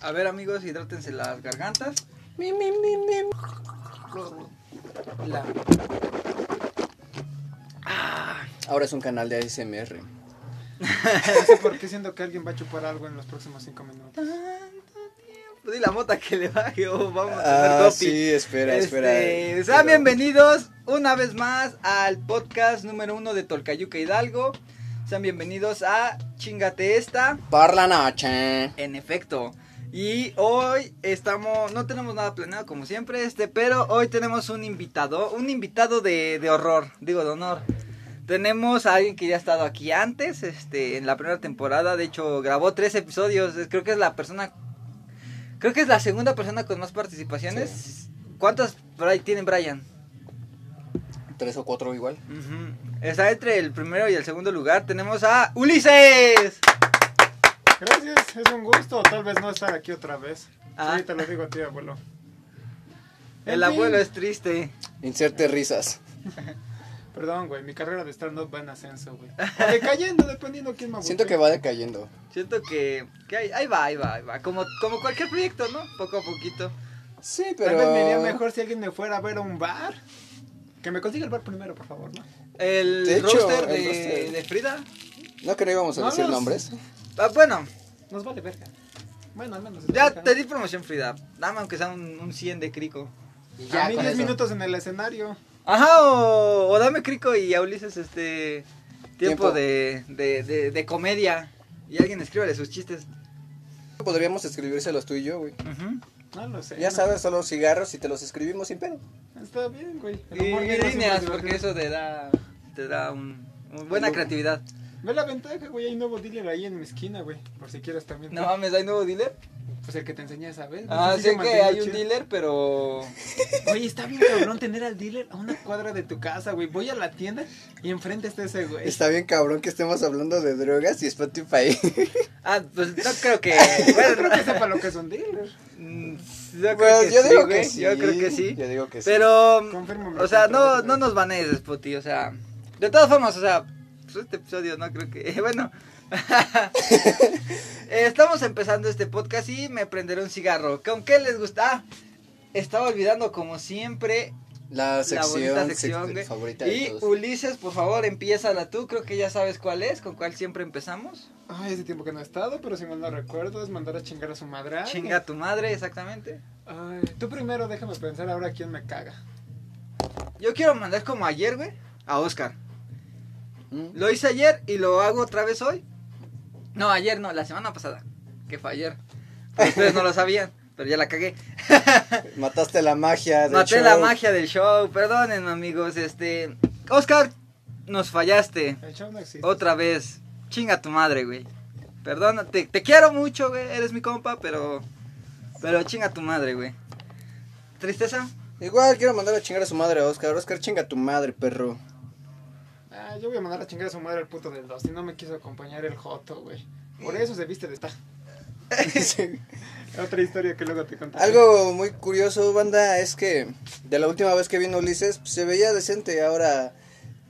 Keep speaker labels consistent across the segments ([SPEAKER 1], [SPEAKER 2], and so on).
[SPEAKER 1] A ver, amigos, hidrátense las gargantas.
[SPEAKER 2] Mi, mi, mi, mi.
[SPEAKER 1] La-
[SPEAKER 2] Ahora es un canal de ASMR.
[SPEAKER 3] No sé por qué siento que alguien va a chupar algo en los próximos cinco minutos.
[SPEAKER 1] Di la mota que le baje o vamos a
[SPEAKER 2] Ah,
[SPEAKER 1] ver
[SPEAKER 2] sí, espera, espera.
[SPEAKER 1] Este, sean
[SPEAKER 2] Pero-
[SPEAKER 1] bienvenidos una vez más al podcast número uno de Tolcayuca Hidalgo. Sean bienvenidos a Chingate Esta,
[SPEAKER 2] Por la noche.
[SPEAKER 1] en efecto. Y hoy estamos, no tenemos nada planeado como siempre, este, pero hoy tenemos un invitado, un invitado de, de horror, digo de honor. Tenemos a alguien que ya ha estado aquí antes, este, en la primera temporada, de hecho grabó tres episodios, es- creo que es la persona, creo que es la segunda persona con más participaciones. ¿Cuántas por ahí tienen Brian?
[SPEAKER 2] Tres o cuatro igual.
[SPEAKER 1] Está entre el primero y el segundo lugar, tenemos a Ulises.
[SPEAKER 3] Gracias, es un gusto. Tal vez no estar aquí otra vez.
[SPEAKER 1] Ah.
[SPEAKER 3] Sí, te lo digo a ti, abuelo.
[SPEAKER 1] El
[SPEAKER 3] En fin.
[SPEAKER 1] abuelo es triste. Ah,
[SPEAKER 2] Inserte risas.
[SPEAKER 3] Perdón, güey, mi carrera de stand-up va en ascenso, güey. O decayendo, dependiendo quién me aburre.
[SPEAKER 2] Siento que va decayendo.
[SPEAKER 1] Siento que, que ahí, ahí va, ahí va, ahí va. Como, como cualquier proyecto, ¿no? Poco a poquito.
[SPEAKER 2] Sí,
[SPEAKER 3] Tal
[SPEAKER 2] pero.
[SPEAKER 3] vez me iría mejor si alguien me fuera a ver a un bar. Que me consiga el bar primero, por favor, ¿no?
[SPEAKER 1] El
[SPEAKER 2] De hecho,
[SPEAKER 1] roster
[SPEAKER 2] el
[SPEAKER 1] de,
[SPEAKER 2] roster.
[SPEAKER 1] de Frida.
[SPEAKER 2] No que no íbamos a
[SPEAKER 3] No,
[SPEAKER 2] decir
[SPEAKER 3] no,
[SPEAKER 2] nombres.
[SPEAKER 1] Ah, bueno,
[SPEAKER 3] Nos vale verga. Bueno, al menos.
[SPEAKER 1] ya
[SPEAKER 3] verga,
[SPEAKER 1] te
[SPEAKER 3] ¿no?
[SPEAKER 1] di promoción, Frida. Dame aunque sea un, un 100 de crico.
[SPEAKER 2] Y
[SPEAKER 3] A
[SPEAKER 2] ya
[SPEAKER 3] mí
[SPEAKER 2] con
[SPEAKER 3] 10
[SPEAKER 2] eso.
[SPEAKER 3] minutos en el escenario.
[SPEAKER 1] Ajá, o, o dame crico y a Ulises este tiempo,
[SPEAKER 2] Tiempo.
[SPEAKER 1] De, de, de, de comedia. Y alguien escríbale sus chistes.
[SPEAKER 2] Podríamos escribírselos tú y yo, güey.
[SPEAKER 1] Ujú.
[SPEAKER 3] No lo sé.
[SPEAKER 2] Ya
[SPEAKER 3] no.
[SPEAKER 2] sabes, son los cigarros y te los escribimos sin pedo.
[SPEAKER 3] Está bien, güey. El
[SPEAKER 1] Y,
[SPEAKER 3] humor
[SPEAKER 1] y
[SPEAKER 3] negro siempre
[SPEAKER 1] líneas,
[SPEAKER 3] es
[SPEAKER 1] porque
[SPEAKER 3] divertido.
[SPEAKER 1] eso te da, te da un, un- buena
[SPEAKER 2] Algo.
[SPEAKER 1] creatividad.
[SPEAKER 3] Ve la ventaja, güey. Hay nuevo dealer ahí en mi esquina, güey. Por si quieres también.
[SPEAKER 1] No mames, ¿hay nuevo dealer?
[SPEAKER 3] Pues el que te enseñé esa vez. güey,
[SPEAKER 1] Ah,
[SPEAKER 3] sí
[SPEAKER 1] sé
[SPEAKER 3] se
[SPEAKER 1] que
[SPEAKER 3] mantiene
[SPEAKER 1] hay un
[SPEAKER 3] chido.
[SPEAKER 1] dealer, pero...
[SPEAKER 3] Oye, está bien cabrón tener al dealer a una cuadra de tu casa, güey. Voy a la tienda y enfrente está ese
[SPEAKER 1] Pues.
[SPEAKER 3] güey.
[SPEAKER 2] Está bien cabrón que estemos hablando de drogas y Spotify.
[SPEAKER 1] Ah, pues no creo que...
[SPEAKER 3] Yo
[SPEAKER 1] bueno,
[SPEAKER 3] creo que sepa lo que es un dealer.
[SPEAKER 1] Mm, Yo creo
[SPEAKER 2] Pues,
[SPEAKER 1] que sí, güey, Yo creo que sí.
[SPEAKER 2] Yo digo que sí.
[SPEAKER 1] Pero, mm,
[SPEAKER 3] Confírmame,
[SPEAKER 1] o sea, no,
[SPEAKER 3] confírmame.
[SPEAKER 1] no nos banees, Spotty, o sea, de todas formas, o sea, pues, este episodio no creo que, bueno, Eh, estamos empezando este podcast y me prenderé un cigarro, ¿con qué les gusta? Ah, estaba olvidando como siempre
[SPEAKER 2] La sección,
[SPEAKER 1] la bonita
[SPEAKER 2] sec-
[SPEAKER 1] sección, güey.
[SPEAKER 2] favorita
[SPEAKER 1] y
[SPEAKER 2] de todos.
[SPEAKER 1] Ulises, por favor, empiézala tú, creo que ya sabes cuál es, con cuál siempre empezamos,
[SPEAKER 3] Ay, hace tiempo que no he estado, pero si mal no recuerdo, es mandar a chingar a su madre.
[SPEAKER 1] chinga a tu madre, exactamente.
[SPEAKER 3] Ay, tú primero déjame pensar ahora quién me caga.
[SPEAKER 1] Yo quiero mandar como ayer, güey, a Oscar.
[SPEAKER 2] Mm.
[SPEAKER 1] Lo hice ayer y lo hago otra vez hoy. No, ayer no, la semana pasada. Que fue ayer. Pero ustedes no lo sabían, pero ya la cagué.
[SPEAKER 2] Mataste la magia. del
[SPEAKER 1] Maté la
[SPEAKER 2] show.
[SPEAKER 1] magia del show, perdónenme amigos. Este. Oscar, nos fallaste.
[SPEAKER 3] El show no existe.
[SPEAKER 1] Otra vez. Chinga tu madre, güey. Perdónate, te quiero mucho, güey. Eres mi compa, pero. Pero chinga tu madre, güey. ¿Tristeza?
[SPEAKER 2] Igual quiero mandar a chingar a su madre a Oscar. Oscar, chinga a tu madre, perro.
[SPEAKER 3] Ah, yo voy a mandar a chingar a su madre al puto del 2. Y no me quiso acompañar el Joto, güey. Por eso se viste de esta.
[SPEAKER 2] Sí.
[SPEAKER 3] Otra historia que luego te contaré.
[SPEAKER 2] Algo muy curioso, banda, es que de la última vez que vino Ulises pues, se veía decente. Ahora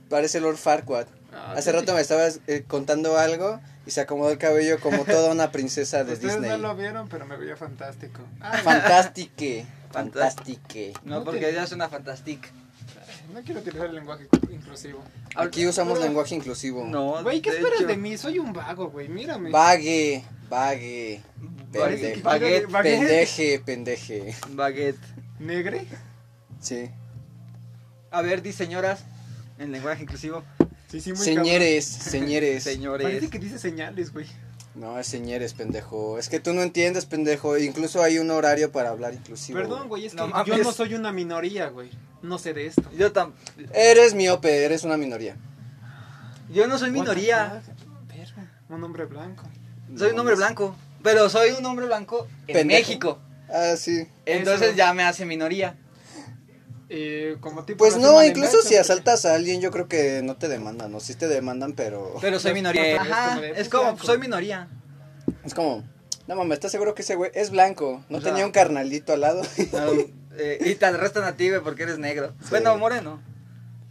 [SPEAKER 2] parece Lord Farquaad.
[SPEAKER 3] Ah,
[SPEAKER 2] Hace
[SPEAKER 3] sí.
[SPEAKER 2] rato me estabas eh, contando algo y se acomodó el cabello como toda una princesa de
[SPEAKER 3] Ustedes
[SPEAKER 2] Disney.
[SPEAKER 3] no lo vieron, pero me veía fantástico. Ah,
[SPEAKER 2] Fantastique. Fantastique.
[SPEAKER 1] No,
[SPEAKER 3] No
[SPEAKER 1] porque
[SPEAKER 3] te-
[SPEAKER 1] ya es una fantastic.
[SPEAKER 3] no quiero utilizar el lenguaje inclusivo.
[SPEAKER 2] Aquí usamos
[SPEAKER 1] Ahora-
[SPEAKER 2] lenguaje inclusivo.
[SPEAKER 1] No,
[SPEAKER 3] Güey, ¿qué
[SPEAKER 1] Pues, de
[SPEAKER 3] esperas
[SPEAKER 1] hecho-
[SPEAKER 3] de mí? Soy un vago, güey. Mírame.
[SPEAKER 2] Vague, vague.
[SPEAKER 3] Parece
[SPEAKER 2] Pendeje,
[SPEAKER 3] que
[SPEAKER 1] Baguette,
[SPEAKER 3] quiero- baguette.
[SPEAKER 2] pendeje, pendeje.
[SPEAKER 1] Baguette.
[SPEAKER 3] ¿Negre?
[SPEAKER 2] Sí.
[SPEAKER 1] A ver, di señoras en lenguaje inclusivo.
[SPEAKER 3] Sí, sí, muy
[SPEAKER 2] Señores, señores.
[SPEAKER 3] cabrón. Parece
[SPEAKER 1] Señores.
[SPEAKER 3] que dice señales, güey.
[SPEAKER 2] No, es señores, pendejo. Es que tú no entiendes, pendejo. Incluso hay un horario para hablar inclusivo.
[SPEAKER 3] Perdón, güey, es que
[SPEAKER 1] No mames.
[SPEAKER 3] yo no soy una minoría, güey. No sé de esto.
[SPEAKER 1] Yo tam
[SPEAKER 2] Eres miope, eres una minoría.
[SPEAKER 1] yo no soy minoría.
[SPEAKER 3] What the fuck? Verga, Un hombre blanco.
[SPEAKER 1] Soy un hombre
[SPEAKER 2] No,
[SPEAKER 1] blanco, pero soy un hombre blanco en
[SPEAKER 2] Pendejo.
[SPEAKER 1] México.
[SPEAKER 2] Ah, sí.
[SPEAKER 1] Entonces
[SPEAKER 3] Eso.
[SPEAKER 1] ya me hace minoría.
[SPEAKER 3] Eh, como tipo
[SPEAKER 2] Pues
[SPEAKER 3] la
[SPEAKER 2] no,
[SPEAKER 3] firma de
[SPEAKER 2] incluso
[SPEAKER 3] Nacho,
[SPEAKER 2] si
[SPEAKER 3] que-
[SPEAKER 2] asaltas a alguien, yo creo que no te demandan. O si te demandan, pero.
[SPEAKER 1] Pero soy
[SPEAKER 3] Es-
[SPEAKER 1] minoría.
[SPEAKER 3] es
[SPEAKER 1] Ajá,
[SPEAKER 3] como de-
[SPEAKER 1] es
[SPEAKER 3] es
[SPEAKER 1] como
[SPEAKER 3] blanco.
[SPEAKER 1] soy minoría.
[SPEAKER 2] Es como. No mames, ¿estás seguro que ese güey es blanco? ¿No
[SPEAKER 1] O sea-
[SPEAKER 2] tenía un carnalito al lado?
[SPEAKER 1] Eh, y te arrestan a ti, güey, porque eres negro.
[SPEAKER 2] Sí.
[SPEAKER 1] Bueno, moreno.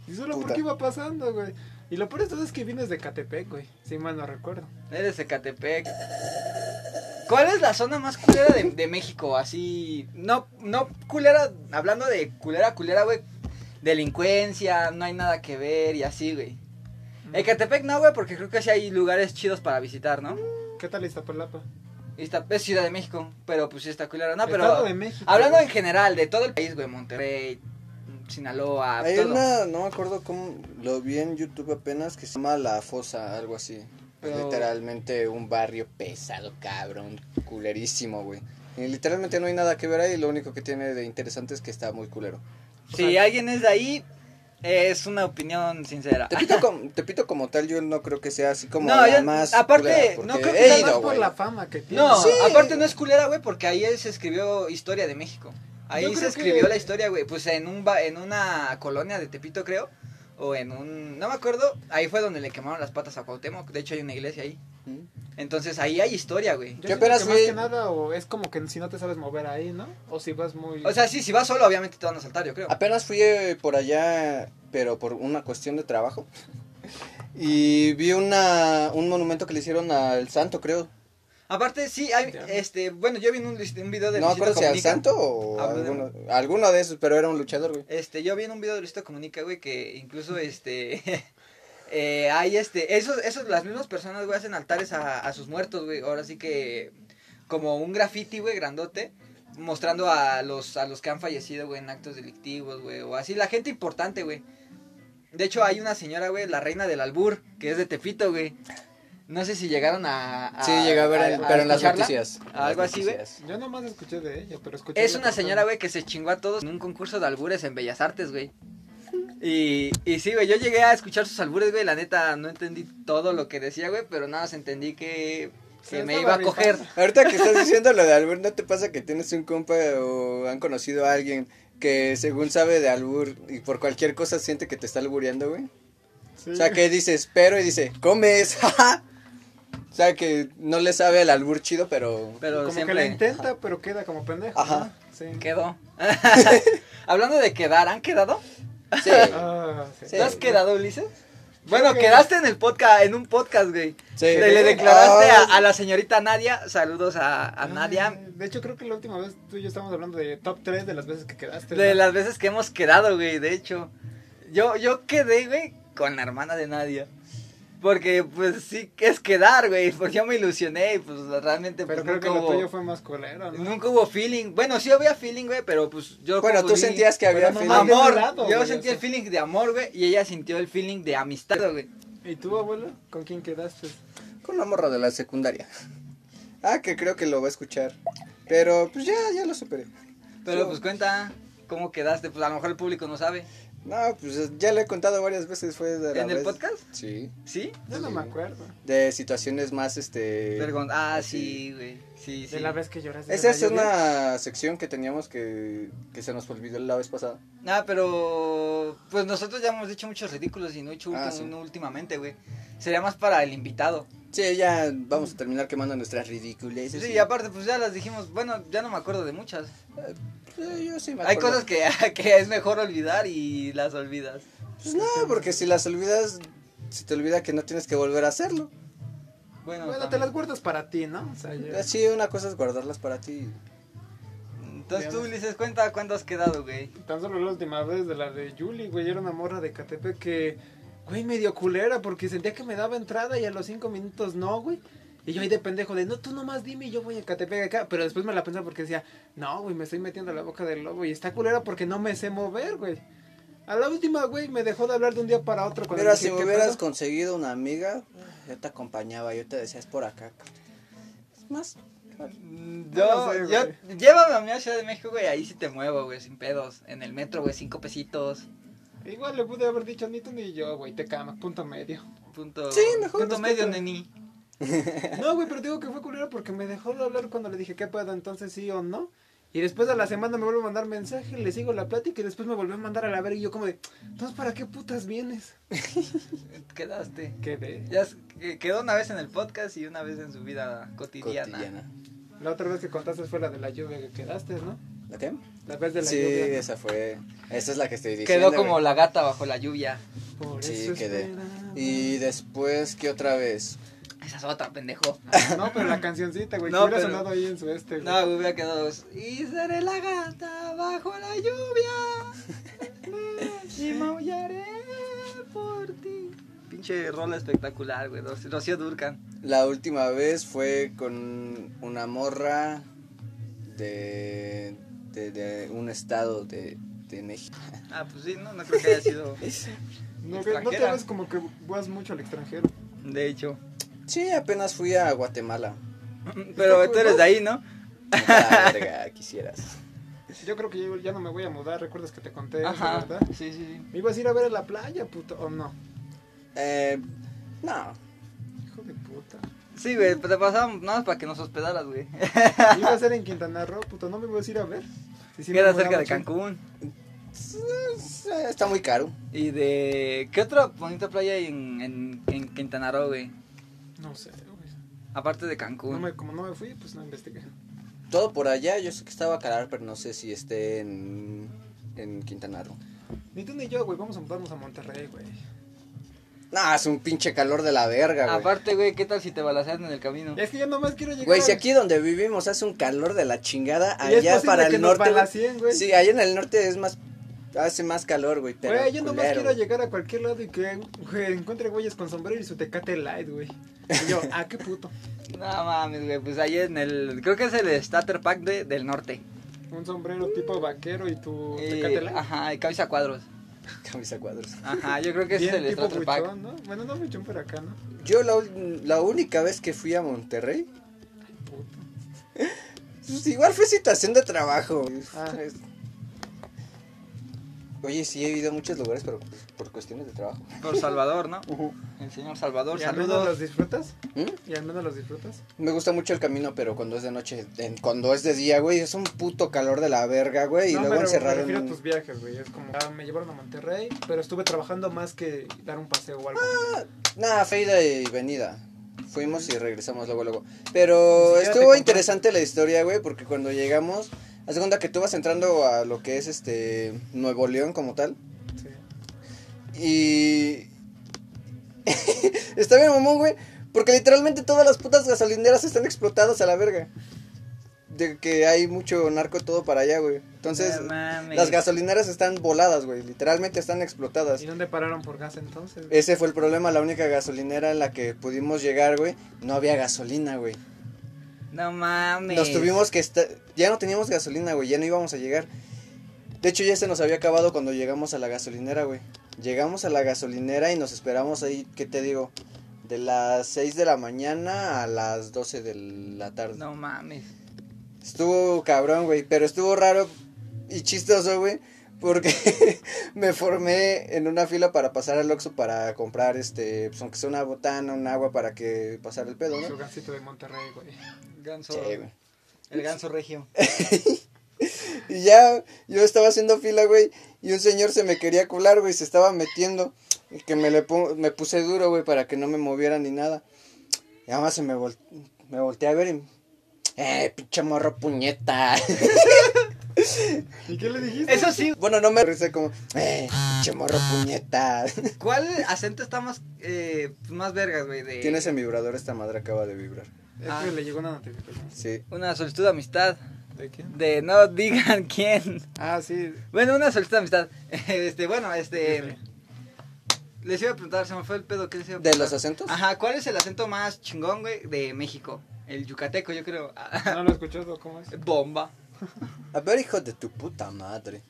[SPEAKER 3] Y solo
[SPEAKER 2] Puta.
[SPEAKER 3] porque iba pasando, güey. Y lo peor de todo es que vienes de Catepec, güey. Si mal no recuerdo.
[SPEAKER 1] Eres de Ecatepec. ¿Cuál es la zona más culera de, de México? Así, no, no culera, hablando de culera, culera, güey. Delincuencia, no hay nada que ver y así, güey. Ecatepec no, güey, porque creo que sí hay lugares chidos para visitar, ¿no?
[SPEAKER 3] ¿Qué tal Iztapalapa?
[SPEAKER 1] Esta, es Ciudad de México, pero pues sí está culera. No, pero
[SPEAKER 3] Estado de México.
[SPEAKER 1] hablando
[SPEAKER 3] güey.
[SPEAKER 1] en general de todo el país, güey, Monterrey, Sinaloa,
[SPEAKER 2] Hay
[SPEAKER 1] todo.
[SPEAKER 2] una, no me acuerdo cómo, lo vi en YouTube apenas, que se llama La Fosa, algo así. Es
[SPEAKER 1] Pero-
[SPEAKER 2] literalmente un barrio pesado, cabrón, culerísimo, güey. Y literalmente no hay nada que ver ahí, lo único que tiene de interesante es que está muy culero.
[SPEAKER 1] Si alguien es de ahí, es una opinión sincera.
[SPEAKER 2] Tepito, com- Tepito como tal, yo no creo que sea así como
[SPEAKER 1] No,
[SPEAKER 2] la
[SPEAKER 1] yo-
[SPEAKER 2] más
[SPEAKER 1] aparte,
[SPEAKER 2] culera,
[SPEAKER 1] no
[SPEAKER 2] porque
[SPEAKER 1] creo que
[SPEAKER 2] he
[SPEAKER 1] sea
[SPEAKER 2] ido,
[SPEAKER 1] más
[SPEAKER 3] por
[SPEAKER 2] güey.
[SPEAKER 3] la fama que tiene.
[SPEAKER 1] No,
[SPEAKER 2] Sí.
[SPEAKER 1] aparte no es culera, güey, porque ahí se escribió Historia de México.
[SPEAKER 3] Yo
[SPEAKER 1] Ahí se
[SPEAKER 3] creo
[SPEAKER 1] escribió
[SPEAKER 3] que-
[SPEAKER 1] la historia, güey, pues en un ba- en una colonia de Tepito, creo, o en un no me acuerdo, ahí fue donde le quemaron las patas a Cuauhtémoc, de hecho hay una iglesia ahí.
[SPEAKER 2] ¿Mm?
[SPEAKER 1] Entonces ahí hay historia, güey.
[SPEAKER 3] Yo
[SPEAKER 2] ¿Qué
[SPEAKER 3] siento
[SPEAKER 2] operas,
[SPEAKER 3] que más
[SPEAKER 2] güey?
[SPEAKER 3] que nada, o es como que si no te sabes mover ahí, ¿no? O si vas muy...
[SPEAKER 1] O sea, sí, si vas solo obviamente te van a saltar, yo creo.
[SPEAKER 2] Apenas fui eh, por allá, pero por una cuestión de trabajo. Y vi una, un monumento que le hicieron al santo, creo.
[SPEAKER 1] Aparte sí hay
[SPEAKER 3] Ya.
[SPEAKER 1] este, bueno, yo vi en un, lis- un video de
[SPEAKER 2] No me
[SPEAKER 1] Luisito
[SPEAKER 2] acuerdo si al
[SPEAKER 1] Comunica.
[SPEAKER 2] santo o
[SPEAKER 1] Hablo de-
[SPEAKER 2] alguno, alguno de esos, pero era un luchador, güey.
[SPEAKER 1] Este, yo vi en un video de Luisito Comunica, güey, que incluso, este, eh, hay, este, esos, esos, las mismas personas, güey, hacen altares a, a sus muertos, güey, ahora sí que, como un graffiti, güey, grandote, mostrando a los, a los que han fallecido, güey, en actos delictivos, güey, o así, la gente importante, güey. De hecho, hay una señora, güey, la reina del albur, que es de Tepito, güey. No sé si llegaron a... a-
[SPEAKER 2] Sí, llegué a ver, en- pero en las
[SPEAKER 1] escucharla.
[SPEAKER 2] noticias. en las
[SPEAKER 1] Algo así, güey.
[SPEAKER 2] noticias.
[SPEAKER 3] Yo nomás escuché de ella, pero escuché...
[SPEAKER 1] Es
[SPEAKER 3] de
[SPEAKER 1] una
[SPEAKER 3] otra
[SPEAKER 1] señora,
[SPEAKER 3] persona.
[SPEAKER 1] güey, que se chingó a todos en un concurso de albures en Bellas Artes, güey. Y, y sí, güey, yo llegué a escuchar sus albures, güey. La neta, no entendí todo lo que decía, güey, pero nada más entendí que,
[SPEAKER 3] Se
[SPEAKER 1] que
[SPEAKER 3] la
[SPEAKER 1] me
[SPEAKER 3] estaba
[SPEAKER 1] iba a
[SPEAKER 3] rifando.
[SPEAKER 1] coger.
[SPEAKER 2] Ahorita que estás diciendo lo de albur, ¿no te pasa que tienes un compa o han conocido a alguien que según sabe de albur y por cualquier cosa siente que te está albureando, güey?
[SPEAKER 3] Sí.
[SPEAKER 2] O sea, que dice espero y dice, comes, jaja. O sea, que no le sabe el albur chido, pero...
[SPEAKER 1] Pero
[SPEAKER 3] Como que la
[SPEAKER 1] siempre
[SPEAKER 3] intenta, pero queda como pendejo.
[SPEAKER 2] Ajá.
[SPEAKER 3] ¿no? Sí.
[SPEAKER 1] quedó. Hablando de quedar, ¿han quedado?
[SPEAKER 2] Sí.
[SPEAKER 3] Ah, sí.
[SPEAKER 2] Sí.
[SPEAKER 1] ¿Tú has quedado, Ulises? Bueno,
[SPEAKER 3] que-
[SPEAKER 1] quedaste en el podcast, en un podcast, güey.
[SPEAKER 2] Sí.
[SPEAKER 1] Le, le declaraste a,
[SPEAKER 2] Ah,
[SPEAKER 1] a la señorita Nadia, saludos a, a Nadia,
[SPEAKER 3] Ah, De hecho, creo que la última vez tú y yo estábamos hablando de top 3 de las veces que quedaste.
[SPEAKER 1] De
[SPEAKER 3] ¿no?
[SPEAKER 1] las veces que hemos quedado, güey, de hecho. Yo, yo quedé, güey, con la hermana de Nadia. Porque, pues, sí que es quedar, güey. Porque yo me ilusioné y, pues, realmente,
[SPEAKER 3] Pero
[SPEAKER 1] pues,
[SPEAKER 3] creo
[SPEAKER 1] nunca,
[SPEAKER 3] que lo tuyo
[SPEAKER 1] hubo,
[SPEAKER 3] fue más culero, ¿no?
[SPEAKER 1] nunca hubo feeling. Bueno, sí había feeling, güey, pero, pues, yo
[SPEAKER 2] Bueno,
[SPEAKER 1] como
[SPEAKER 2] tú
[SPEAKER 1] vi
[SPEAKER 2] sentías que había
[SPEAKER 3] Pero
[SPEAKER 2] feeling.
[SPEAKER 3] mamá,
[SPEAKER 1] Amor,
[SPEAKER 3] de un lado,
[SPEAKER 1] yo
[SPEAKER 3] güey,
[SPEAKER 1] sentí
[SPEAKER 3] o sea.
[SPEAKER 1] el feeling de amor, güey, y ella sintió el feeling de amistad, güey.
[SPEAKER 3] ¿Y tú, abuelo? ¿Con quién quedaste?
[SPEAKER 2] Con la morra de la secundaria. Ah, que creo que lo va a escuchar. Pero pues ya, ya lo superé.
[SPEAKER 1] Pero,
[SPEAKER 2] Sí.
[SPEAKER 1] pues, cuenta cómo quedaste. Pues, a lo mejor el público no sabe.
[SPEAKER 2] No, pues ya lo he contado varias veces. Fue de la
[SPEAKER 1] ¿En el
[SPEAKER 2] vez-
[SPEAKER 1] podcast?
[SPEAKER 2] Sí.
[SPEAKER 1] ¿Sí?
[SPEAKER 3] Yo no
[SPEAKER 2] Sí.
[SPEAKER 3] me acuerdo.
[SPEAKER 2] De situaciones más, este...
[SPEAKER 1] Vergon- Ah,
[SPEAKER 2] así.
[SPEAKER 1] sí, güey. Sí, sí.
[SPEAKER 3] De la vez que lloraste.
[SPEAKER 2] Esa
[SPEAKER 3] de
[SPEAKER 2] es
[SPEAKER 3] la lluvia.
[SPEAKER 2] una sección que teníamos que, que se nos olvidó la vez pasada.
[SPEAKER 1] Ah, pero pues nosotros ya hemos dicho muchos ridículos y no he hecho
[SPEAKER 2] Ah,
[SPEAKER 1] ulti-
[SPEAKER 2] sí.
[SPEAKER 1] uno últimamente, güey. Sería más para el invitado.
[SPEAKER 2] Sí, ya vamos a terminar quemando nuestras ridiculeces.
[SPEAKER 1] Sí, y aparte, pues ya las dijimos, bueno, ya no me acuerdo de muchas.
[SPEAKER 2] Sí, yo sí me
[SPEAKER 1] Hay cosas
[SPEAKER 2] acuerdo.
[SPEAKER 1] que, que es mejor olvidar y las olvidas.
[SPEAKER 2] Pues no, porque si las olvidas, se te olvida que no tienes que volver a hacerlo.
[SPEAKER 1] Bueno,
[SPEAKER 3] Bueno, te
[SPEAKER 1] también.
[SPEAKER 3] las guardas para ti, ¿no? O sea, ya-
[SPEAKER 2] Sí, una cosa es guardarlas para ti.
[SPEAKER 1] entonces tú, Ulises, cuenta cuándo has quedado, güey.
[SPEAKER 3] Tan solo la última vez de la de Julie, güey, era una morra de Catepec que, güey, medio culera porque sentía que me daba entrada y a los cinco minutos no, güey. Y yo ahí de pendejo de, no, tú nomás dime y yo voy a Catepec acá. Pero después me la pensaba porque decía, no, güey, me estoy metiendo a la boca del lobo y está culera porque no me sé mover, güey. A la última, güey, me dejó de hablar de un día para otro. Cuando
[SPEAKER 2] Mira,
[SPEAKER 3] dije,
[SPEAKER 2] si me
[SPEAKER 3] "¿Qué
[SPEAKER 2] hubieras
[SPEAKER 3] pedo?".
[SPEAKER 2] conseguido una amiga, yo te acompañaba, yo te decía, es por acá. cabrón". Es más,
[SPEAKER 1] Yo,
[SPEAKER 3] No sé,
[SPEAKER 1] yo, llévame a mi Ciudad de México, güey, ahí sí te muevo, güey, sin pedos. En el metro, güey, cinco pesitos,
[SPEAKER 3] Igual le pude haber dicho ni tú ni yo, güey, te cama, punto medio.
[SPEAKER 1] punto,
[SPEAKER 2] Sí, mejor
[SPEAKER 1] punto
[SPEAKER 2] nos
[SPEAKER 1] medio,
[SPEAKER 2] cuenta.
[SPEAKER 1] neni.
[SPEAKER 3] No, güey, pero digo que fue culero porque me dejó de hablar cuando le dije qué pedo, entonces sí o no. Y después de la semana me vuelve a mandar mensaje, le sigo la plática y después me volvió a mandar a la verga y yo como de, entonces ¿para qué putas vienes?
[SPEAKER 1] Quedaste.
[SPEAKER 3] ¿Qué de?
[SPEAKER 1] Ya s- que- quedó una vez en el podcast y una vez en su vida cotidiana.
[SPEAKER 2] cotidiana.
[SPEAKER 3] La otra vez que contaste fue la de la lluvia que quedaste, ¿no?
[SPEAKER 2] ¿La qué?
[SPEAKER 3] La vez de la
[SPEAKER 2] Sí,
[SPEAKER 3] lluvia.
[SPEAKER 2] esa fue. Esa es la que estoy diciendo.
[SPEAKER 1] Quedó como
[SPEAKER 2] güey.
[SPEAKER 1] la gata bajo la lluvia.
[SPEAKER 3] Por
[SPEAKER 2] Sí,
[SPEAKER 3] eso
[SPEAKER 2] quedé.
[SPEAKER 3] esperaba.
[SPEAKER 2] Y después, ¿qué otra vez?
[SPEAKER 1] Esa es otra, pendejo.
[SPEAKER 3] No, pero la cancioncita, güey.
[SPEAKER 1] No,
[SPEAKER 3] que hubiera
[SPEAKER 1] pero-
[SPEAKER 3] sonado ahí en su este, güey.
[SPEAKER 1] No, güey, hubiera quedado. dos. Y seré la gata bajo la lluvia. Y maullaré por ti. Pinche rola espectacular, güey. Ro- Rocío Durcan.
[SPEAKER 2] La última vez fue con una morra de, de, de un estado de, de México.
[SPEAKER 1] Ah, pues sí, no, no creo que haya sido.
[SPEAKER 3] no, que- no te
[SPEAKER 1] extranjera.
[SPEAKER 3] ves como que vas mucho al extranjero.
[SPEAKER 1] De hecho.
[SPEAKER 2] Sí, apenas fui a Guatemala.
[SPEAKER 1] Pero tú eres de ahí, ¿no?
[SPEAKER 2] La verga, quisieras.
[SPEAKER 3] Yo creo que yo ya no me voy a mudar, ¿recuerdas que te conté? eso, ¿verdad?
[SPEAKER 1] Sí, sí, sí.
[SPEAKER 3] Me ibas a ir a ver a la playa, puto. ¿O no?
[SPEAKER 2] Eh, no.
[SPEAKER 3] Hijo de puta.
[SPEAKER 1] Sí, güey, pues te pasábamos nada más para que nos hospedaras, güey.
[SPEAKER 3] Iba a ser en Quintana Roo, puto. No me ibas a ir a ver. Sí, sí, me
[SPEAKER 1] Queda
[SPEAKER 3] mudaba
[SPEAKER 1] cerca de
[SPEAKER 3] mucho.
[SPEAKER 1] Cancún.
[SPEAKER 2] Eh, Está muy caro.
[SPEAKER 1] Y de. ¿Qué otra bonita playa hay en, en, en Quintana Roo, güey?
[SPEAKER 3] No sé, güey.
[SPEAKER 1] Aparte de
[SPEAKER 3] No
[SPEAKER 1] Cancún.
[SPEAKER 3] me- como no me fui, pues no investigué.
[SPEAKER 2] Todo por allá, yo sé que estaba Calar, pero no sé si esté en, en Quintana Roo.
[SPEAKER 3] Ni tú ni yo, güey. Vamos a mudarnos a Monterrey, güey.
[SPEAKER 2] No, es un pinche calor de la verga, güey.
[SPEAKER 1] Aparte, güey, ¿qué tal si te balacean en el camino?
[SPEAKER 3] Es que yo nomás quiero llegar.
[SPEAKER 2] Güey, si
[SPEAKER 3] al-
[SPEAKER 2] aquí donde vivimos hace un calor de la chingada,
[SPEAKER 3] Y es
[SPEAKER 2] allá
[SPEAKER 3] posible
[SPEAKER 2] para
[SPEAKER 3] que
[SPEAKER 2] el
[SPEAKER 3] nos
[SPEAKER 2] norte. güey.
[SPEAKER 3] balacien, güey.
[SPEAKER 2] Sí, allá en el norte es más. Hace más calor, güey. Pero
[SPEAKER 3] Güey, yo nomás
[SPEAKER 2] culero,
[SPEAKER 3] quiero
[SPEAKER 2] güey.
[SPEAKER 3] llegar a cualquier lado y que güey, encuentre güeyes con sombrero y su tecate light, güey. Y yo, ah, qué puto.
[SPEAKER 1] No mames, güey, pues ahí en el. Creo que es el starter pack de, del norte.
[SPEAKER 3] Un sombrero tipo vaquero y tu tecate
[SPEAKER 1] Eh,
[SPEAKER 3] light.
[SPEAKER 1] ajá, y cabeza a cuadros.
[SPEAKER 2] Camisa cuadros.
[SPEAKER 1] Ajá, yo creo que ese es
[SPEAKER 3] Bien
[SPEAKER 1] el
[SPEAKER 3] tipo
[SPEAKER 1] starter pack.
[SPEAKER 3] buchón, ¿no? Bueno, no buchón, pero acá, ¿no?
[SPEAKER 2] Yo la, ul- la única vez que fui a Monterrey,
[SPEAKER 3] Puto.
[SPEAKER 2] pues, igual fue situación de trabajo.
[SPEAKER 3] Ah.
[SPEAKER 2] Es- Oye, sí, he ido a muchos lugares, pero por cuestiones de trabajo.
[SPEAKER 1] Por Salvador, ¿no? El señor Salvador,
[SPEAKER 3] ¿Y al menos los
[SPEAKER 1] saludos.
[SPEAKER 3] disfrutas?
[SPEAKER 2] ¿Mm?
[SPEAKER 3] ¿Y al menos los disfrutas?
[SPEAKER 2] Me gusta mucho el camino, pero cuando es de noche, en- cuando es de día, güey, es un puto calor de la verga, güey, y
[SPEAKER 3] no,
[SPEAKER 2] luego
[SPEAKER 3] pero
[SPEAKER 2] encerrado
[SPEAKER 3] me refiero
[SPEAKER 2] en
[SPEAKER 3] a tus viajes, güey. Es como, ah, me llevaron a Monterrey, pero estuve trabajando más que dar un paseo o algo.
[SPEAKER 2] Nada, feida y venida. Fuimos y regresamos luego, luego.
[SPEAKER 3] Ni
[SPEAKER 2] Pero
[SPEAKER 3] siquiera te
[SPEAKER 2] estuvo
[SPEAKER 3] compraste.
[SPEAKER 2] interesante la historia, güey, porque cuando llegamos, haz de cuenta que tú vas entrando a lo que es este Nuevo León como tal.
[SPEAKER 3] Sí.
[SPEAKER 2] Y. Está bien, mamón, güey. Porque literalmente todas las putas gasolineras están explotadas a la verga. De que hay mucho narco todo para allá, güey. Entonces,
[SPEAKER 1] No mames.
[SPEAKER 2] las gasolineras están voladas, güey. Literalmente están explotadas.
[SPEAKER 3] ¿Y dónde pararon por gas entonces? güey?
[SPEAKER 2] Ese fue el problema, la única gasolinera en la que pudimos llegar, güey, no había gasolina, güey.
[SPEAKER 1] No mames.
[SPEAKER 2] Nos tuvimos que estar, ya no teníamos gasolina, güey, ya no íbamos a llegar. De hecho, ya se nos había acabado cuando llegamos a la gasolinera, güey. Llegamos a la gasolinera y nos esperamos ahí, ¿qué te digo? De las 6 de la mañana a las 12 de la tarde.
[SPEAKER 1] No mames.
[SPEAKER 2] Estuvo cabrón, güey, pero estuvo raro y chistoso, güey, porque me formé en una fila para pasar al Oxxo para comprar, este, pues, aunque sea una botana, un agua para que pasara el pedo,
[SPEAKER 3] Su
[SPEAKER 2] ¿no?
[SPEAKER 3] gasito de Monterrey, güey.
[SPEAKER 1] Ganso.
[SPEAKER 2] Sí, güey.
[SPEAKER 1] el ganso regio.
[SPEAKER 2] Y ya yo estaba haciendo fila, güey, y un señor se me quería colar, güey, se estaba metiendo, y que me, le pu- me puse duro, güey, para que no me moviera ni nada. Y además se me, vol- me volteé a ver y... ¡Eh, pinche morro puñeta!
[SPEAKER 3] ¿Y qué le dijiste?
[SPEAKER 1] Eso sí,
[SPEAKER 2] bueno, no me regresé como... ¡Eh,
[SPEAKER 1] Ah,
[SPEAKER 2] pinche morro puñeta!
[SPEAKER 1] ¿cuál acento está más, eh, más vergas, güey? De...
[SPEAKER 2] Tienes el vibrador, esta madre acaba de vibrar.
[SPEAKER 3] Es
[SPEAKER 1] Ah.
[SPEAKER 3] que le llegó una notificación.
[SPEAKER 2] Sí.
[SPEAKER 1] Una solicitud de amistad.
[SPEAKER 3] ¿De quién?
[SPEAKER 1] De no digan quién.
[SPEAKER 3] Ah, sí.
[SPEAKER 1] Bueno, una solicitud de amistad. Este, bueno, este. Les iba a preguntar, se me fue el pedo que les iba a
[SPEAKER 2] ¿De
[SPEAKER 1] preguntar.
[SPEAKER 2] los acentos?
[SPEAKER 1] Ajá, ¿cuál es el acento más chingón, güey, de México? El yucateco, yo creo.
[SPEAKER 3] ¿No lo escuchas o cómo es?
[SPEAKER 1] Bomba.
[SPEAKER 2] A ver, hijo de tu puta madre.